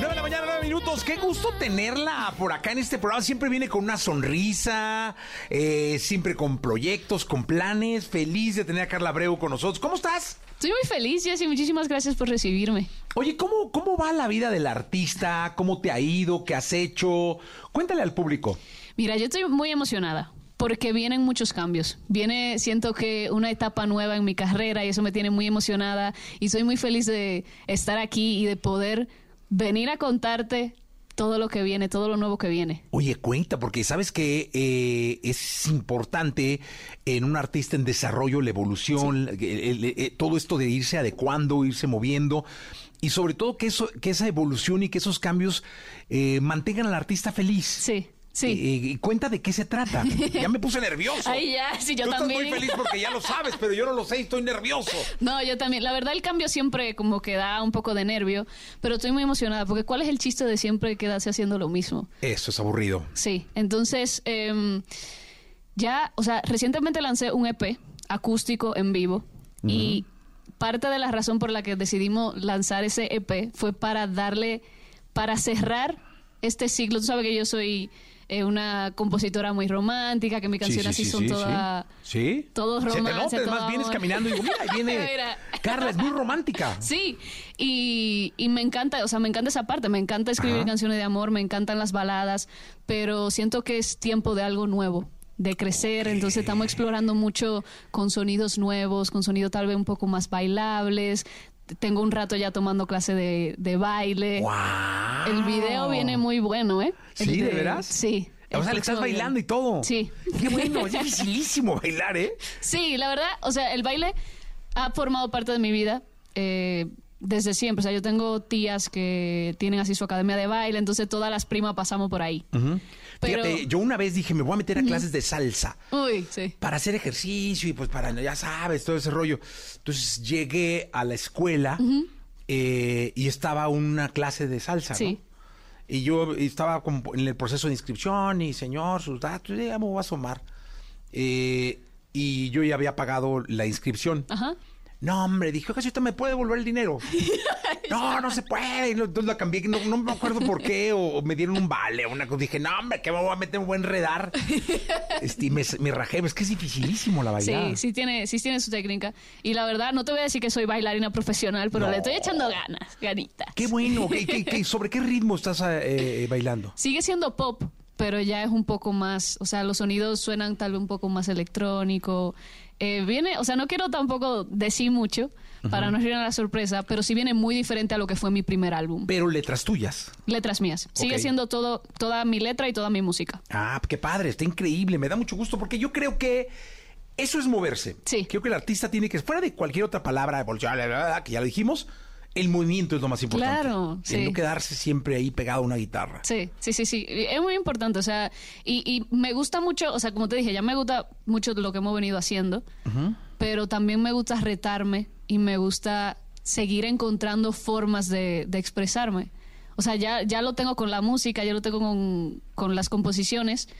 Speaker 8: 9 de la mañana, 9 minutos. Qué gusto tenerla por acá en este programa. Siempre viene con una sonrisa, eh, siempre con proyectos, con planes. Feliz de tener a Carla Breu con nosotros. ¿Cómo estás?
Speaker 12: Estoy muy feliz, Jesse, muchísimas gracias por recibirme.
Speaker 8: Oye, ¿cómo, ¿cómo va la vida del artista? ¿Cómo te ha ido? ¿Qué has hecho? Cuéntale al público.
Speaker 12: Mira, yo estoy muy emocionada porque vienen muchos cambios. Viene, siento que una etapa nueva en mi carrera y eso me tiene muy emocionada y soy muy feliz de estar aquí y de poder venir a contarte todo lo que viene, todo lo nuevo que viene.
Speaker 8: Oye, cuenta, porque sabes que eh, es importante eh, en un artista en desarrollo la evolución, el- el-
Speaker 1: eh,
Speaker 8: el- todo esto de irse adecuando, irse moviendo, y sobre todo que, eso, que esa evolución y que esos cambios eh, mantengan al artista feliz.
Speaker 12: Sí,
Speaker 15: Sí.
Speaker 1: Y, y cuenta de qué se trata. Ya me puse nervioso.
Speaker 15: [laughs] Ay, ya, sí, yo
Speaker 1: Tú
Speaker 15: también.
Speaker 1: estás muy
Speaker 12: [laughs]
Speaker 1: feliz porque ya lo sabes, pero yo no lo sé y estoy nervioso.
Speaker 15: No, yo también. La verdad, el cambio siempre como que da un poco de nervio, pero estoy muy emocionada porque ¿cuál es el chiste de siempre quedarse haciendo lo mismo?
Speaker 1: Eso es aburrido.
Speaker 15: Sí, entonces em, ya, o sea, recientemente lancé un EP acústico en vivo y parte de la razón por la que decidimos lanzar ese EP fue para darle, para cerrar este ciclo. Tú sabes que yo soy eh, una compositora muy romántica, que mis canciones así son todas...
Speaker 1: Sí.
Speaker 15: todo romance,
Speaker 1: Se te nota,
Speaker 15: todo
Speaker 1: más vienes
Speaker 15: amor.
Speaker 1: caminando y digo, mira, ahí viene.
Speaker 15: [laughs] Mira.
Speaker 1: Carla es
Speaker 15: [laughs]
Speaker 1: muy romántica.
Speaker 15: Sí, y, y me encanta, o sea, me encanta esa parte, me encanta escribir
Speaker 1: Ajá.
Speaker 15: canciones de amor, me encantan las baladas, pero siento que es tiempo de algo nuevo, de crecer, entonces estamos explorando mucho con sonidos nuevos, con sonidos tal vez un poco más bailables. Tengo un rato ya tomando clase de, de baile. Eh, El video viene muy bueno, ¿eh? El
Speaker 1: Sí, ¿de veras?
Speaker 15: Sí.
Speaker 1: O sea,
Speaker 15: el
Speaker 1: le estás
Speaker 15: próximo video.
Speaker 1: bailando y todo.
Speaker 15: Sí. [laughs]
Speaker 1: Qué bueno, es dificilísimo bailar, ¿eh?
Speaker 15: Sí, la verdad, o sea, el baile ha formado parte de mi vida eh, desde siempre. O sea, yo tengo tías que tienen así su academia de baile, entonces todas las primas pasamos por ahí.
Speaker 1: Ujú.
Speaker 15: [laughs] Pero-
Speaker 1: Fíjate, yo una vez dije, me voy a meter a clases de salsa.
Speaker 15: Uy, sí.
Speaker 1: para hacer ejercicio y pues para, ya sabes, todo ese rollo. Entonces llegué a la escuela eh, y estaba una clase de salsa. ¿no?
Speaker 15: Sí.
Speaker 1: Y yo estaba como en el proceso de inscripción y señor, sus datos, ya me voy a asomar. Eh, y yo ya había pagado la inscripción.
Speaker 15: Ajá.
Speaker 1: No, hombre, dije, oiga, ahorita me puede devolver
Speaker 15: [laughs]
Speaker 1: el dinero. no, no se puede. Y no- Entonces la cambié, no, no me acuerdo por qué, o, o me dieron un vale, o una cosa. Dije, no, hombre, que me voy a meter, me voy
Speaker 15: [laughs]
Speaker 1: a enredar. Este, y me, me rajé, es que es dificilísimo la bailada.
Speaker 15: Sí, sí tiene, sí tiene su técnica. Y la verdad, no te voy a decir que soy bailarina profesional, pero
Speaker 1: No.
Speaker 15: le estoy echando ganas, ganitas.
Speaker 1: Qué bueno. ¿qué- qué- qué- sobre qué ritmo estás eh, eh, bailando?
Speaker 15: Sigue siendo pop, pero ya es un poco más, o sea, los sonidos suenan tal vez un poco más electrónico. Eh, viene, o sea, no quiero tampoco decir mucho para no ir a la sorpresa, pero sí viene muy diferente a lo que fue mi primer álbum.
Speaker 1: Pero letras tuyas.
Speaker 15: Letras mías. Sigue
Speaker 1: Ok.
Speaker 15: siendo todo, toda mi letra y toda mi música.
Speaker 1: Ah, qué padre, está increíble, me da mucho gusto porque yo creo que eso es moverse.
Speaker 15: Sí.
Speaker 1: Creo que el artista tiene que, fuera de cualquier otra palabra, evolucionar, bla, bla, bla, que ya lo dijimos, el movimiento es lo más importante.
Speaker 15: Claro,
Speaker 1: El
Speaker 15: sí.
Speaker 1: no quedarse siempre ahí pegado a una guitarra.
Speaker 15: Sí, sí, sí, sí. Y Es muy importante, o sea, y, y me gusta mucho, o sea, como te dije, ya me gusta mucho lo que hemos venido haciendo, pero también me gusta retarme y me gusta seguir encontrando formas de, de expresarme. O sea, ya, ya lo tengo con la música, ya lo tengo con, con las composiciones,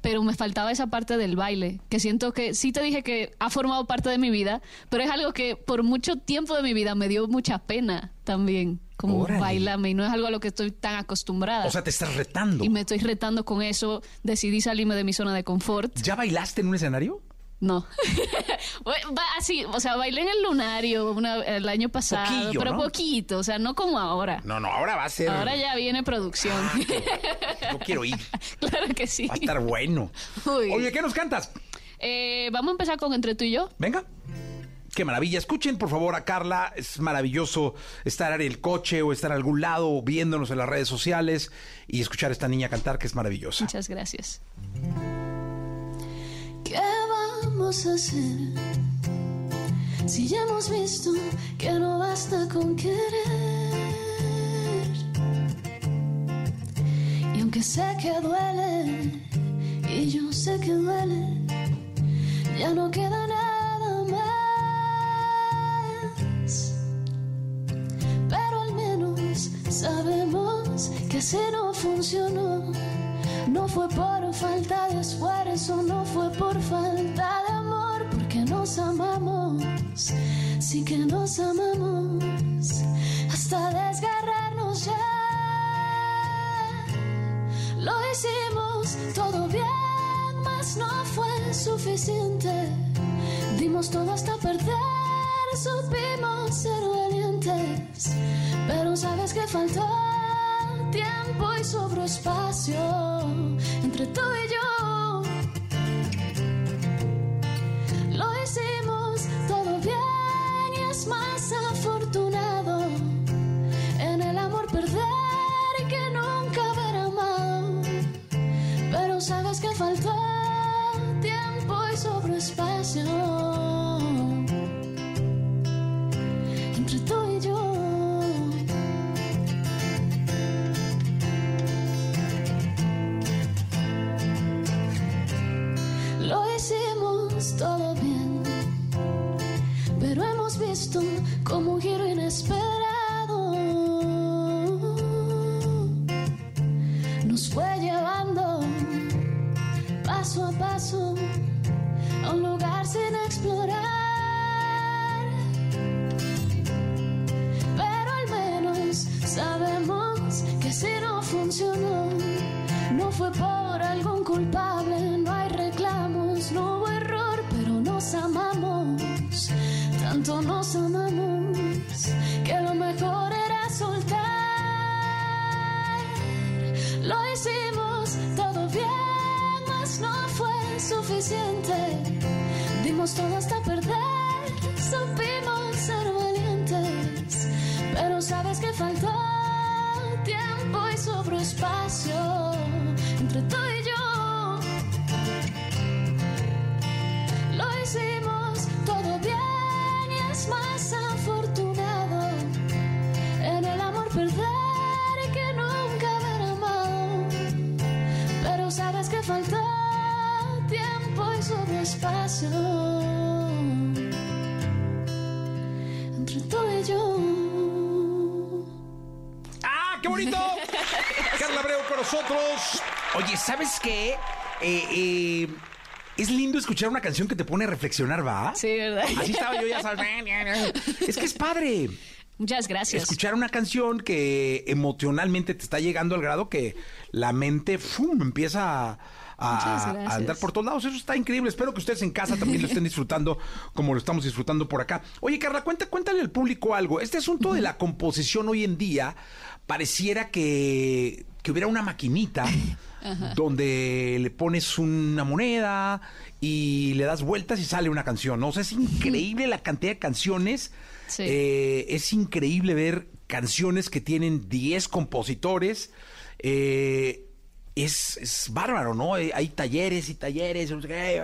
Speaker 15: pero me faltaba esa parte del baile, que siento que sí te dije que ha formado parte de mi vida, pero es algo que por mucho tiempo de mi vida me dio mucha pena también, como
Speaker 1: Órale.
Speaker 15: bailarme, y no es algo a lo que estoy tan acostumbrada.
Speaker 1: O sea, te estás retando.
Speaker 15: Y me estoy retando con eso. Decidí salirme de mi zona de confort.
Speaker 1: ¿Ya bailaste en un escenario?
Speaker 15: No. [laughs] Bueno, va- Así, o sea, bailé en el lunario una- el año pasado,
Speaker 1: Poquillo,
Speaker 15: pero
Speaker 1: ¿no?
Speaker 15: poquito, o sea, no como ahora.
Speaker 1: No, no, ahora va a ser. [laughs]
Speaker 15: Ahora ya viene producción.
Speaker 1: Yo quiero ir.
Speaker 15: [laughs] claro que sí.
Speaker 1: Va a
Speaker 15: [laughs]
Speaker 1: estar bueno.
Speaker 15: Uy.
Speaker 1: Oye, ¿qué nos cantas?
Speaker 15: Eh, vamos a empezar con Entre tú y yo.
Speaker 1: Venga. Qué maravilla. Escuchen, por favor, a Carla. Es maravilloso estar en el coche o estar en algún lado viéndonos en las redes sociales y escuchar a esta niña cantar, que es maravillosa.
Speaker 15: Muchas gracias.
Speaker 16: ¿Qué vamos a hacer? Si ya hemos visto que no basta con querer. Y aunque sé que duele, y yo sé que duele, ya no queda nada más. Pero al menos sabemos que si no funcionó, no fue por falta de esfuerzo, no fue por falta de amor, porque nos amamos, sí que nos amamos, hasta desgarrarnos ya. Lo hicimos todo bien, mas no fue suficiente. Dimos todo hasta perder, supimos ser valientes, pero sabes que faltó tiempo y sobró espacio entre tú y yo. Lo hicimos todo bien y es más afortunado en el amor perder y que nunca haber amado. Pero sabes que faltó tiempo y sobró espacio entre tú y yo.
Speaker 14: estamos todo bien. Pero hemos visto como un giro inesperado nos fue llevando paso a paso a un lugar sin explorar. Pero al menos sabemos que si no funcionó, no fue por algún culpable, no hay reclamos, no hubo error, pero nos amamos, tanto nos amamos, que lo mejor era soltar. Lo hicimos todo bien, mas no fue suficiente. Dimos todo hasta perder, supimos ser valientes. Pero sabes que faltó tiempo y sobró espacio entre tú y yo. Lo hicimos todo bien y es más afortunado en el amor perder que nunca haber amado. Pero sabes que faltó tiempo y sobre espacio entre tú y yo.
Speaker 1: ¡Ah, qué bonito! Carla Abreu con nosotros. Oye, ¿sabes qué? Eh, eh, es lindo escuchar una canción que te pone a reflexionar, ¿va?
Speaker 15: Sí, ¿verdad?
Speaker 1: Así estaba yo ya sabes. Es que es padre
Speaker 15: Muchas gracias.
Speaker 1: escuchar una canción que emocionalmente te está llegando al grado que la mente ¡fum! empieza a, a-
Speaker 15: Muchas
Speaker 1: a
Speaker 15: gracias.
Speaker 1: andar por todos lados. Eso está increíble. Espero que ustedes en casa también lo estén disfrutando como lo estamos disfrutando por acá. Oye, Carla, cuenta, cuéntale al público algo. Este asunto de la composición hoy en día pareciera que, que hubiera una maquinita. Donde le pones una moneda y le das vueltas y sale una canción. ¿no? O sea, es increíble la cantidad de canciones
Speaker 15: Sí.
Speaker 1: eh, es increíble ver canciones que tienen 10 compositores. eh, es, es bárbaro, ¿no? Eh, Hay talleres y talleres. no sé qué.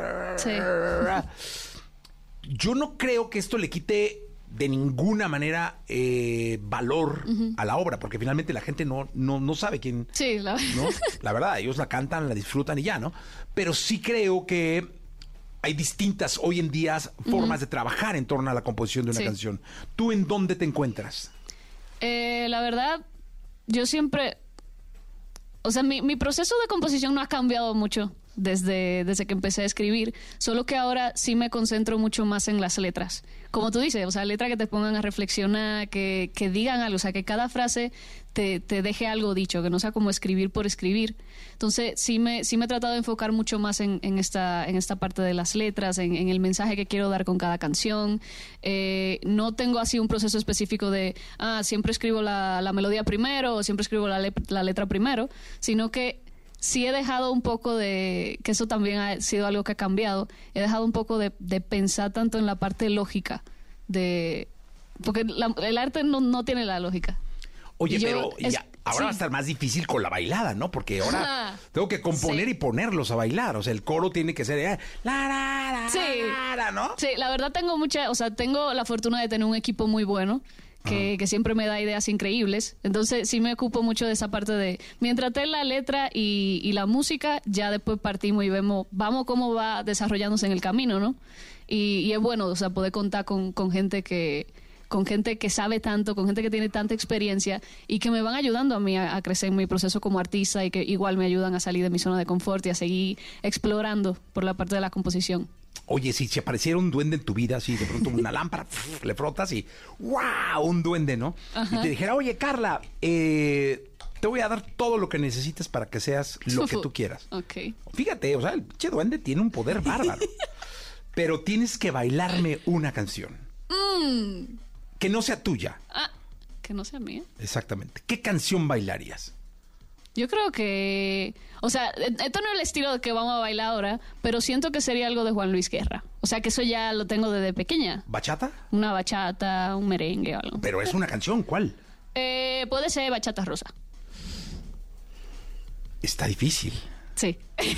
Speaker 1: [laughs] Yo no creo que esto le quite de ninguna manera eh, valor a la obra, porque finalmente la gente no, no, no sabe quién,
Speaker 15: Sí, la
Speaker 1: ¿no? La verdad, ellos la cantan, la disfrutan y ya, ¿no? Pero sí creo que hay distintas hoy en día formas de trabajar en torno a la composición de una
Speaker 15: Sí.
Speaker 1: canción. ¿Tú en dónde te encuentras?
Speaker 15: Eh, la verdad, yo siempre. O sea, mi, mi proceso de composición no ha cambiado mucho desde, desde que empecé a escribir, solo que ahora sí me concentro mucho más en las letras. Como tú dices, o sea, letras que te pongan a reflexionar, que, que digan algo, o sea, que cada frase te, te deje algo dicho, que no sea como escribir por escribir. Entonces, sí me, sí me he tratado de enfocar mucho más en, en esta, en esta parte de las letras, en, en el mensaje que quiero dar con cada canción. Eh, no tengo así un proceso específico de, ah, siempre escribo la, la melodía primero o siempre escribo la, le- la letra primero, sino que sí he dejado un poco de, que eso también ha sido algo que ha cambiado, he dejado un poco de, de pensar tanto en la parte lógica de... Porque la- el arte no, no tiene la lógica.
Speaker 1: Oye,
Speaker 15: Yo-
Speaker 1: pero
Speaker 15: es-
Speaker 1: ya, ahora va a
Speaker 15: sí.
Speaker 1: estar más difícil con la bailada, ¿no? Porque ahora
Speaker 15: Ajá.
Speaker 1: tengo que componer
Speaker 15: Sí.
Speaker 1: y ponerlos a bailar. O sea, el coro tiene que ser... eh, la, la, la,
Speaker 15: Sí.
Speaker 1: la, la, ¿no?
Speaker 15: Sí, la verdad tengo mucha, o sea, tengo la fortuna de tener un equipo muy bueno. Que, que siempre me da ideas increíbles. Entonces sí me ocupo mucho de esa parte de... Mientras esté la letra y, y la música, ya después partimos y vemos, vamos cómo va desarrollándose en el camino, ¿no? Y, y es bueno, o sea, poder contar con, con gente que con gente que sabe tanto, con gente que tiene tanta experiencia y que me van ayudando a mí a, a crecer en mi proceso como artista y que igual me ayudan a salir de mi zona de confort y a seguir explorando por la parte de la composición.
Speaker 1: Oye, si se apareciera un duende en tu vida, así de pronto una lámpara, pf, le frotas y ¡wow! Un duende, ¿no? Y te dijera, oye, Carla, eh, te voy a dar todo lo que necesites para que seas lo que tú quieras.
Speaker 15: Ok.
Speaker 1: Fíjate, o sea, el pinche duende tiene un poder bárbaro. pero tienes que bailarme una canción. Que no sea tuya.
Speaker 15: Ah, que no sea mía.
Speaker 1: Exactamente. ¿Qué canción bailarías?
Speaker 15: Yo creo que. O sea, e- esto no es el estilo que vamos a bailar ahora, pero siento que sería algo de Juan Luis Guerra. O sea, que eso ya lo tengo desde pequeña.
Speaker 1: ¿Bachata?
Speaker 15: Una bachata, un merengue o algo.
Speaker 1: Pero es una canción, ¿cuál?
Speaker 15: Eh, puede ser bachata rosa.
Speaker 1: Está difícil.
Speaker 15: Sí.
Speaker 8: Eh.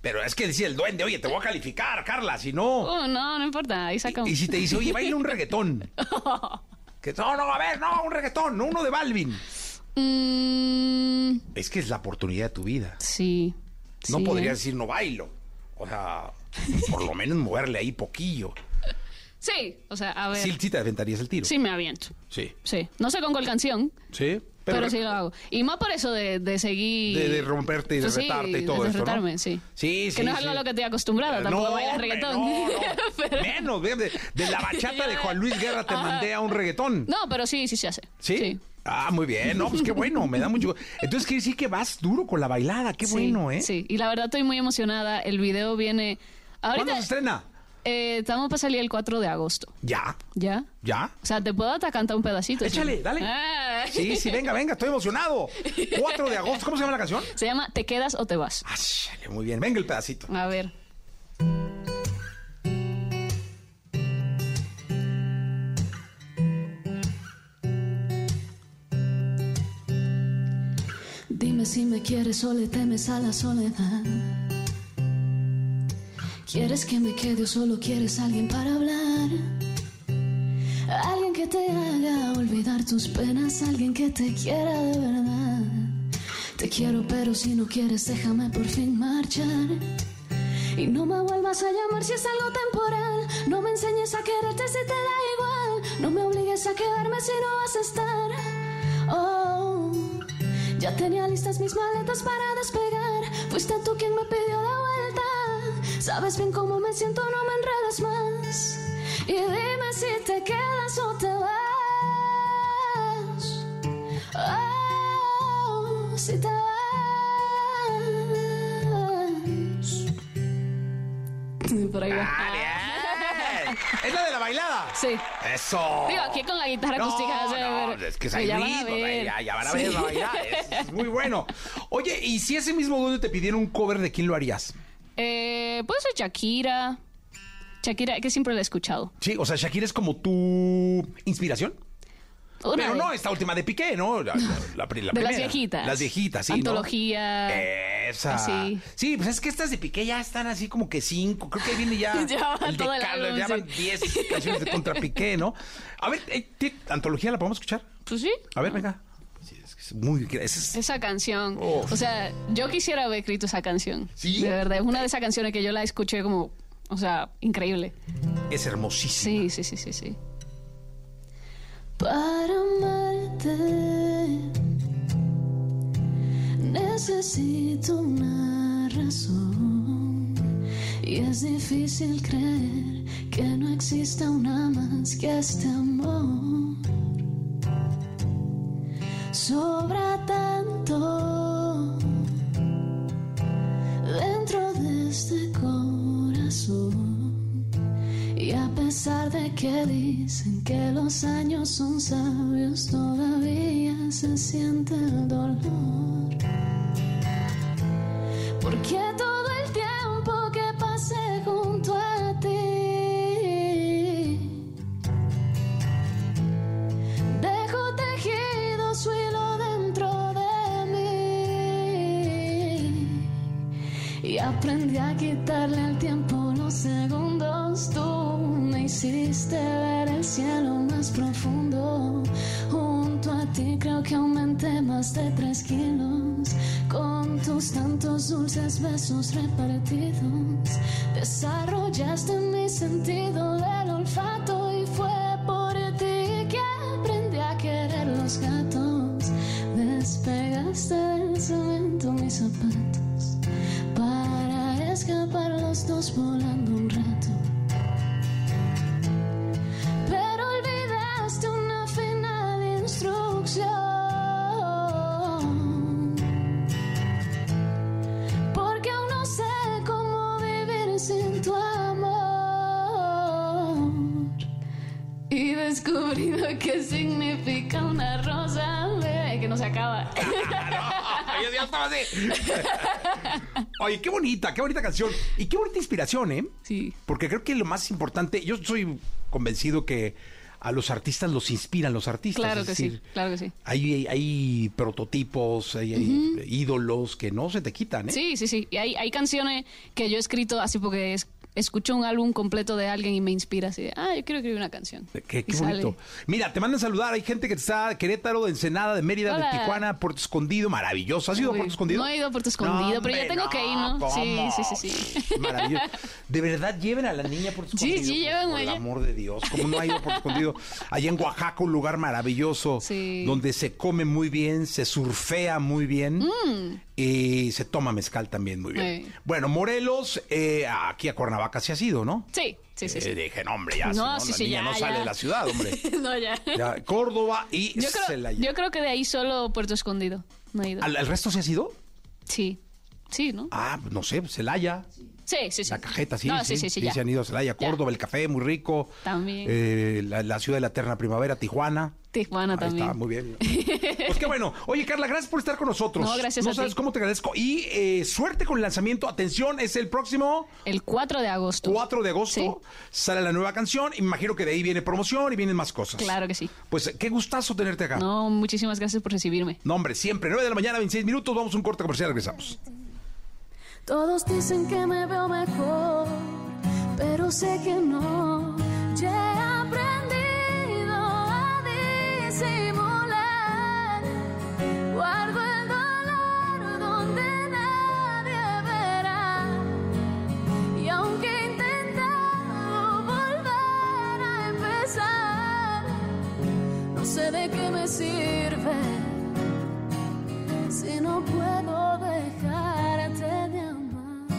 Speaker 1: Pero es que decía el duende, oye, te voy a calificar, Carla, si no...
Speaker 15: Oh, no, no importa. Ahí saca un-
Speaker 1: Y si te dice, oye, baila un reggaetón. [laughs] Que, no, no, a ver, no, un reggaetón, no uno de Balvin.
Speaker 15: Mm,
Speaker 1: Es que es la oportunidad de tu vida.
Speaker 15: sí.
Speaker 1: No
Speaker 15: sí,
Speaker 1: podrías
Speaker 15: ¿eh?
Speaker 1: decir, no bailo. O sea,
Speaker 8: Por lo menos moverle ahí poquillo.
Speaker 1: Sí, o sea, a ver.
Speaker 8: Sí,
Speaker 1: Sí,
Speaker 8: sí te aventarías el tiro.
Speaker 1: me aviento.
Speaker 8: Sí.
Speaker 1: Sí. No sé con cuál canción,
Speaker 8: Sí.
Speaker 1: pero, sí lo hago. Y más por eso de, de seguir.
Speaker 8: De- de romperte y de
Speaker 1: Pues sí,
Speaker 8: retarte y todo
Speaker 1: de
Speaker 8: esto, ¿no?
Speaker 1: retarme, sí.
Speaker 8: Sí, sí,
Speaker 1: Que no es
Speaker 8: sí. Eh,
Speaker 1: algo a lo que te acostumbrada, tampoco
Speaker 8: No,
Speaker 1: bailas
Speaker 8: hombre,
Speaker 1: reggaetón. [laughs]
Speaker 8: no, no.
Speaker 1: Pero-
Speaker 8: Menos, ve, de, de la
Speaker 1: [laughs]
Speaker 8: bachata de Juan Luis Guerra te
Speaker 1: Ajá.
Speaker 8: mandé a un reggaetón.
Speaker 1: No, pero sí, sí se hace.
Speaker 8: ¿Sí? Ah, muy bien. No, pues qué bueno, me da mucho. Entonces quiere decir que vas duro con la bailada, qué
Speaker 1: Sí,
Speaker 8: bueno, ¿eh?
Speaker 1: Sí, y la verdad estoy muy emocionada. El video viene.
Speaker 8: ¿Cuándo
Speaker 1: Ahorita
Speaker 8: se estrena?
Speaker 1: eh, estamos para salir el 4 de agosto.
Speaker 8: Ya,
Speaker 1: ¿Ya?
Speaker 8: ya.
Speaker 1: O sea, te puedo hasta cantar un pedacito. si
Speaker 8: Échale,
Speaker 1: no?
Speaker 8: dale.
Speaker 1: Ah.
Speaker 8: Sí, sí, venga, venga, estoy emocionado. 4 de agosto, ¿cómo se llama la canción?
Speaker 1: Se llama Te quedas o te vas.
Speaker 8: Ah, chale, muy bien, venga el pedacito.
Speaker 1: A ver.
Speaker 15: Dime si me quieres o le temes a la soledad. ¿Quieres que me quede o solo quieres alguien para hablar? Alguien que te haga olvidar tus penas, alguien que te quiera de verdad. Te quiero, pero si no quieres, déjame por fin marchar. Y no me vuelvas a llamar si es algo temporal. No me enseñes a quererte si te da igual. No me obligues a quedarme si no vas a estar. Oh. Ya tenía listas mis maletas para despegar. Fuiste tú quien me pidió la vuelta. Sabes bien cómo me siento, no me enredas más. Y dime si te quedas o te vas. Oh, si te vas. Por ahí va.
Speaker 1: Ah.
Speaker 8: Ah, ¿eh? ¡Bien! Es la de la bailada.
Speaker 1: Sí.
Speaker 8: Eso.
Speaker 1: Digo, aquí con la guitarra
Speaker 8: Oh. No,
Speaker 1: acústica. se
Speaker 8: no,
Speaker 1: ve-
Speaker 8: es que es
Speaker 1: pero
Speaker 8: ahí
Speaker 1: ya van a
Speaker 8: mismo,
Speaker 1: ver.
Speaker 8: ya, ya van a
Speaker 1: Sí.
Speaker 8: ver la bailada, es, es muy bueno. Oye, y si ese mismo donde te pidieron un cover, ¿de quién lo harías?
Speaker 1: [laughs] Eh, puede ser Shakira. Shakira, que siempre la he escuchado.
Speaker 8: Sí, o sea, Shakira es como tu inspiración.
Speaker 1: Una
Speaker 8: Pero
Speaker 1: de-
Speaker 8: no, esta última de Piqué, ¿no? La, la- la pri- la
Speaker 1: de las
Speaker 8: primera.
Speaker 1: viejitas.
Speaker 8: Las viejitas, sí. ¿no? Eh,
Speaker 1: Antología.
Speaker 8: Esa.
Speaker 1: Así.
Speaker 8: Sí, pues es que estas de Piqué ya están así como que cinco. Creo que ahí
Speaker 15: [laughs]
Speaker 8: viene ya.
Speaker 1: Ya va
Speaker 8: el
Speaker 1: todo el
Speaker 8: decálogo,
Speaker 1: álbum,
Speaker 8: ya van
Speaker 1: sí.
Speaker 8: diez canciones de contra Piqué, ¿no? A ver, eh, ¿qué antología la podemos escuchar?
Speaker 1: Pues sí.
Speaker 8: A ver, venga. Sí, es que es muy. es- es-
Speaker 1: Esa canción.
Speaker 8: Uf.
Speaker 1: O sea, yo quisiera haber escrito esa canción.
Speaker 8: ¿Sí?
Speaker 1: De verdad, es una de esas canciones que yo la escuché como, o sea, increíble.
Speaker 8: es hermosísimo.
Speaker 1: Sí, sí, sí, sí, sí.
Speaker 15: Para amarte necesito una razón y es difícil creer que no exista una más que este amor. Sobra tanto dentro de este corazón. Y a pesar de que dicen que los años son sabios, todavía se siente el dolor. Porque todo el tiempo que pasé junto a ti, dejo tejido su hilo dentro de mí. Y aprendí a quitarle al tiempo los segundos. Tú me hiciste ver el cielo más profundo. Junto a ti creo que aumenté más de tres kilos. Con tus tantos dulces besos repartidos. Desarrollaste mi sentido del olfato y fue por ti que aprendí a querer los gatos. Despegaste del cemento mis zapatos para escapar los dos volando un rato. Pero olvidaste una final instrucción. Porque aún no sé cómo vivir sin tu amor. Y descubrí lo que significa una rosa, bebé, que no se acaba.
Speaker 8: Ay, Dios, estaba así. Oye, qué bonita, qué bonita canción. Y qué bonita inspiración, ¿eh?
Speaker 1: Sí.
Speaker 8: Porque creo que lo más importante, yo soy convencido que a los artistas los inspiran los artistas.
Speaker 1: Claro
Speaker 8: es
Speaker 1: que sí,
Speaker 8: decir,
Speaker 1: claro que sí.
Speaker 8: Hay, hay prototipos, hay, hay ídolos que no se te quitan, ¿eh?
Speaker 1: Sí, sí, sí. Y hay, hay canciones que yo he escrito así porque es
Speaker 15: escucho un álbum completo de alguien y me inspira así de, ah, yo quiero escribir una canción.
Speaker 8: Qué, qué
Speaker 15: Y sale.
Speaker 8: bonito. Mira, te mandan saludar. Hay gente que está de Querétaro, de Ensenada, de Mérida,
Speaker 15: Hola.
Speaker 8: de Tijuana, Puerto Escondido. Maravilloso. ¿Has ido a Puerto Escondido?
Speaker 15: No he ido por tu escondido, pero
Speaker 8: hombre,
Speaker 15: ya tengo que ir, ¿no?
Speaker 8: no,
Speaker 15: Sí,
Speaker 8: ¿cómo?
Speaker 15: sí, sí, [laughs] sí.
Speaker 8: [laughs] Maravilloso. De verdad, lleven a la niña por
Speaker 15: Sí,
Speaker 8: escondido.
Speaker 15: sí, llévenme
Speaker 8: Por el
Speaker 15: allá.
Speaker 8: amor de Dios. Como no ha ido por escondido. Allá en Oaxaca, un lugar
Speaker 15: [laughs]
Speaker 8: maravilloso.
Speaker 15: Sí.
Speaker 8: Donde se come muy bien, se surfea muy bien. Y se toma mezcal también muy bien.
Speaker 15: Mm. Sí.
Speaker 8: Bueno, Morelos, eh, aquí a Cuernavaca se ha sido, ¿no?
Speaker 15: Sí, sí, sí. sí.
Speaker 8: Eh, dije, no, hombre, ya.
Speaker 15: No,
Speaker 8: si no,
Speaker 15: sí,
Speaker 8: la
Speaker 15: sí,
Speaker 8: niña
Speaker 15: ya,
Speaker 8: no sale
Speaker 15: ya.
Speaker 8: de la ciudad, hombre.
Speaker 15: [laughs] no,
Speaker 8: [laughs]
Speaker 15: ya.
Speaker 8: Ya, Córdoba y
Speaker 15: Yo creo,
Speaker 8: Celaya.
Speaker 15: yo creo que de ahí solo Puerto Escondido. No he ido.
Speaker 8: ¿Al, al resto se ha sido?
Speaker 15: Sí. Sí, ¿no?
Speaker 8: Ah, no sé, Celaya,
Speaker 15: Sí, sí, sí.
Speaker 8: la cajeta, sí,
Speaker 15: No, sí,
Speaker 8: sí,
Speaker 15: sí, sí,
Speaker 8: sí
Speaker 15: ya.
Speaker 8: se han ido a Celaya, Córdoba, el café, muy rico.
Speaker 15: También.
Speaker 8: Eh, la, la ciudad de la eterna primavera, Tijuana.
Speaker 15: Tijuana
Speaker 8: Ahí
Speaker 15: también.
Speaker 8: está, muy bien. Pues qué bueno. Oye, Carla, gracias por estar con nosotros.
Speaker 15: No, gracias a ti.
Speaker 8: sabes cómo te agradezco. Y eh, suerte con el lanzamiento. Atención, es el próximo
Speaker 15: El 4 de agosto.
Speaker 8: 4 de agosto. Sale la nueva canción. Imagino que de ahí viene promoción y vienen más cosas.
Speaker 15: Claro que sí.
Speaker 8: Pues eh, qué gustazo tenerte acá.
Speaker 15: No, muchísimas gracias por recibirme.
Speaker 8: No, hombre, siempre. 9 de la mañana, 26 minutos. Vamos a un corte comercial, regresamos.
Speaker 10: Todos dicen que me veo mejor, pero sé que no. Ya he aprendido a disimular. Guardo el dolor donde nadie verá. Y aunque he intentado volver a empezar, no sé de qué me sirve si no puedo dejarte de amar.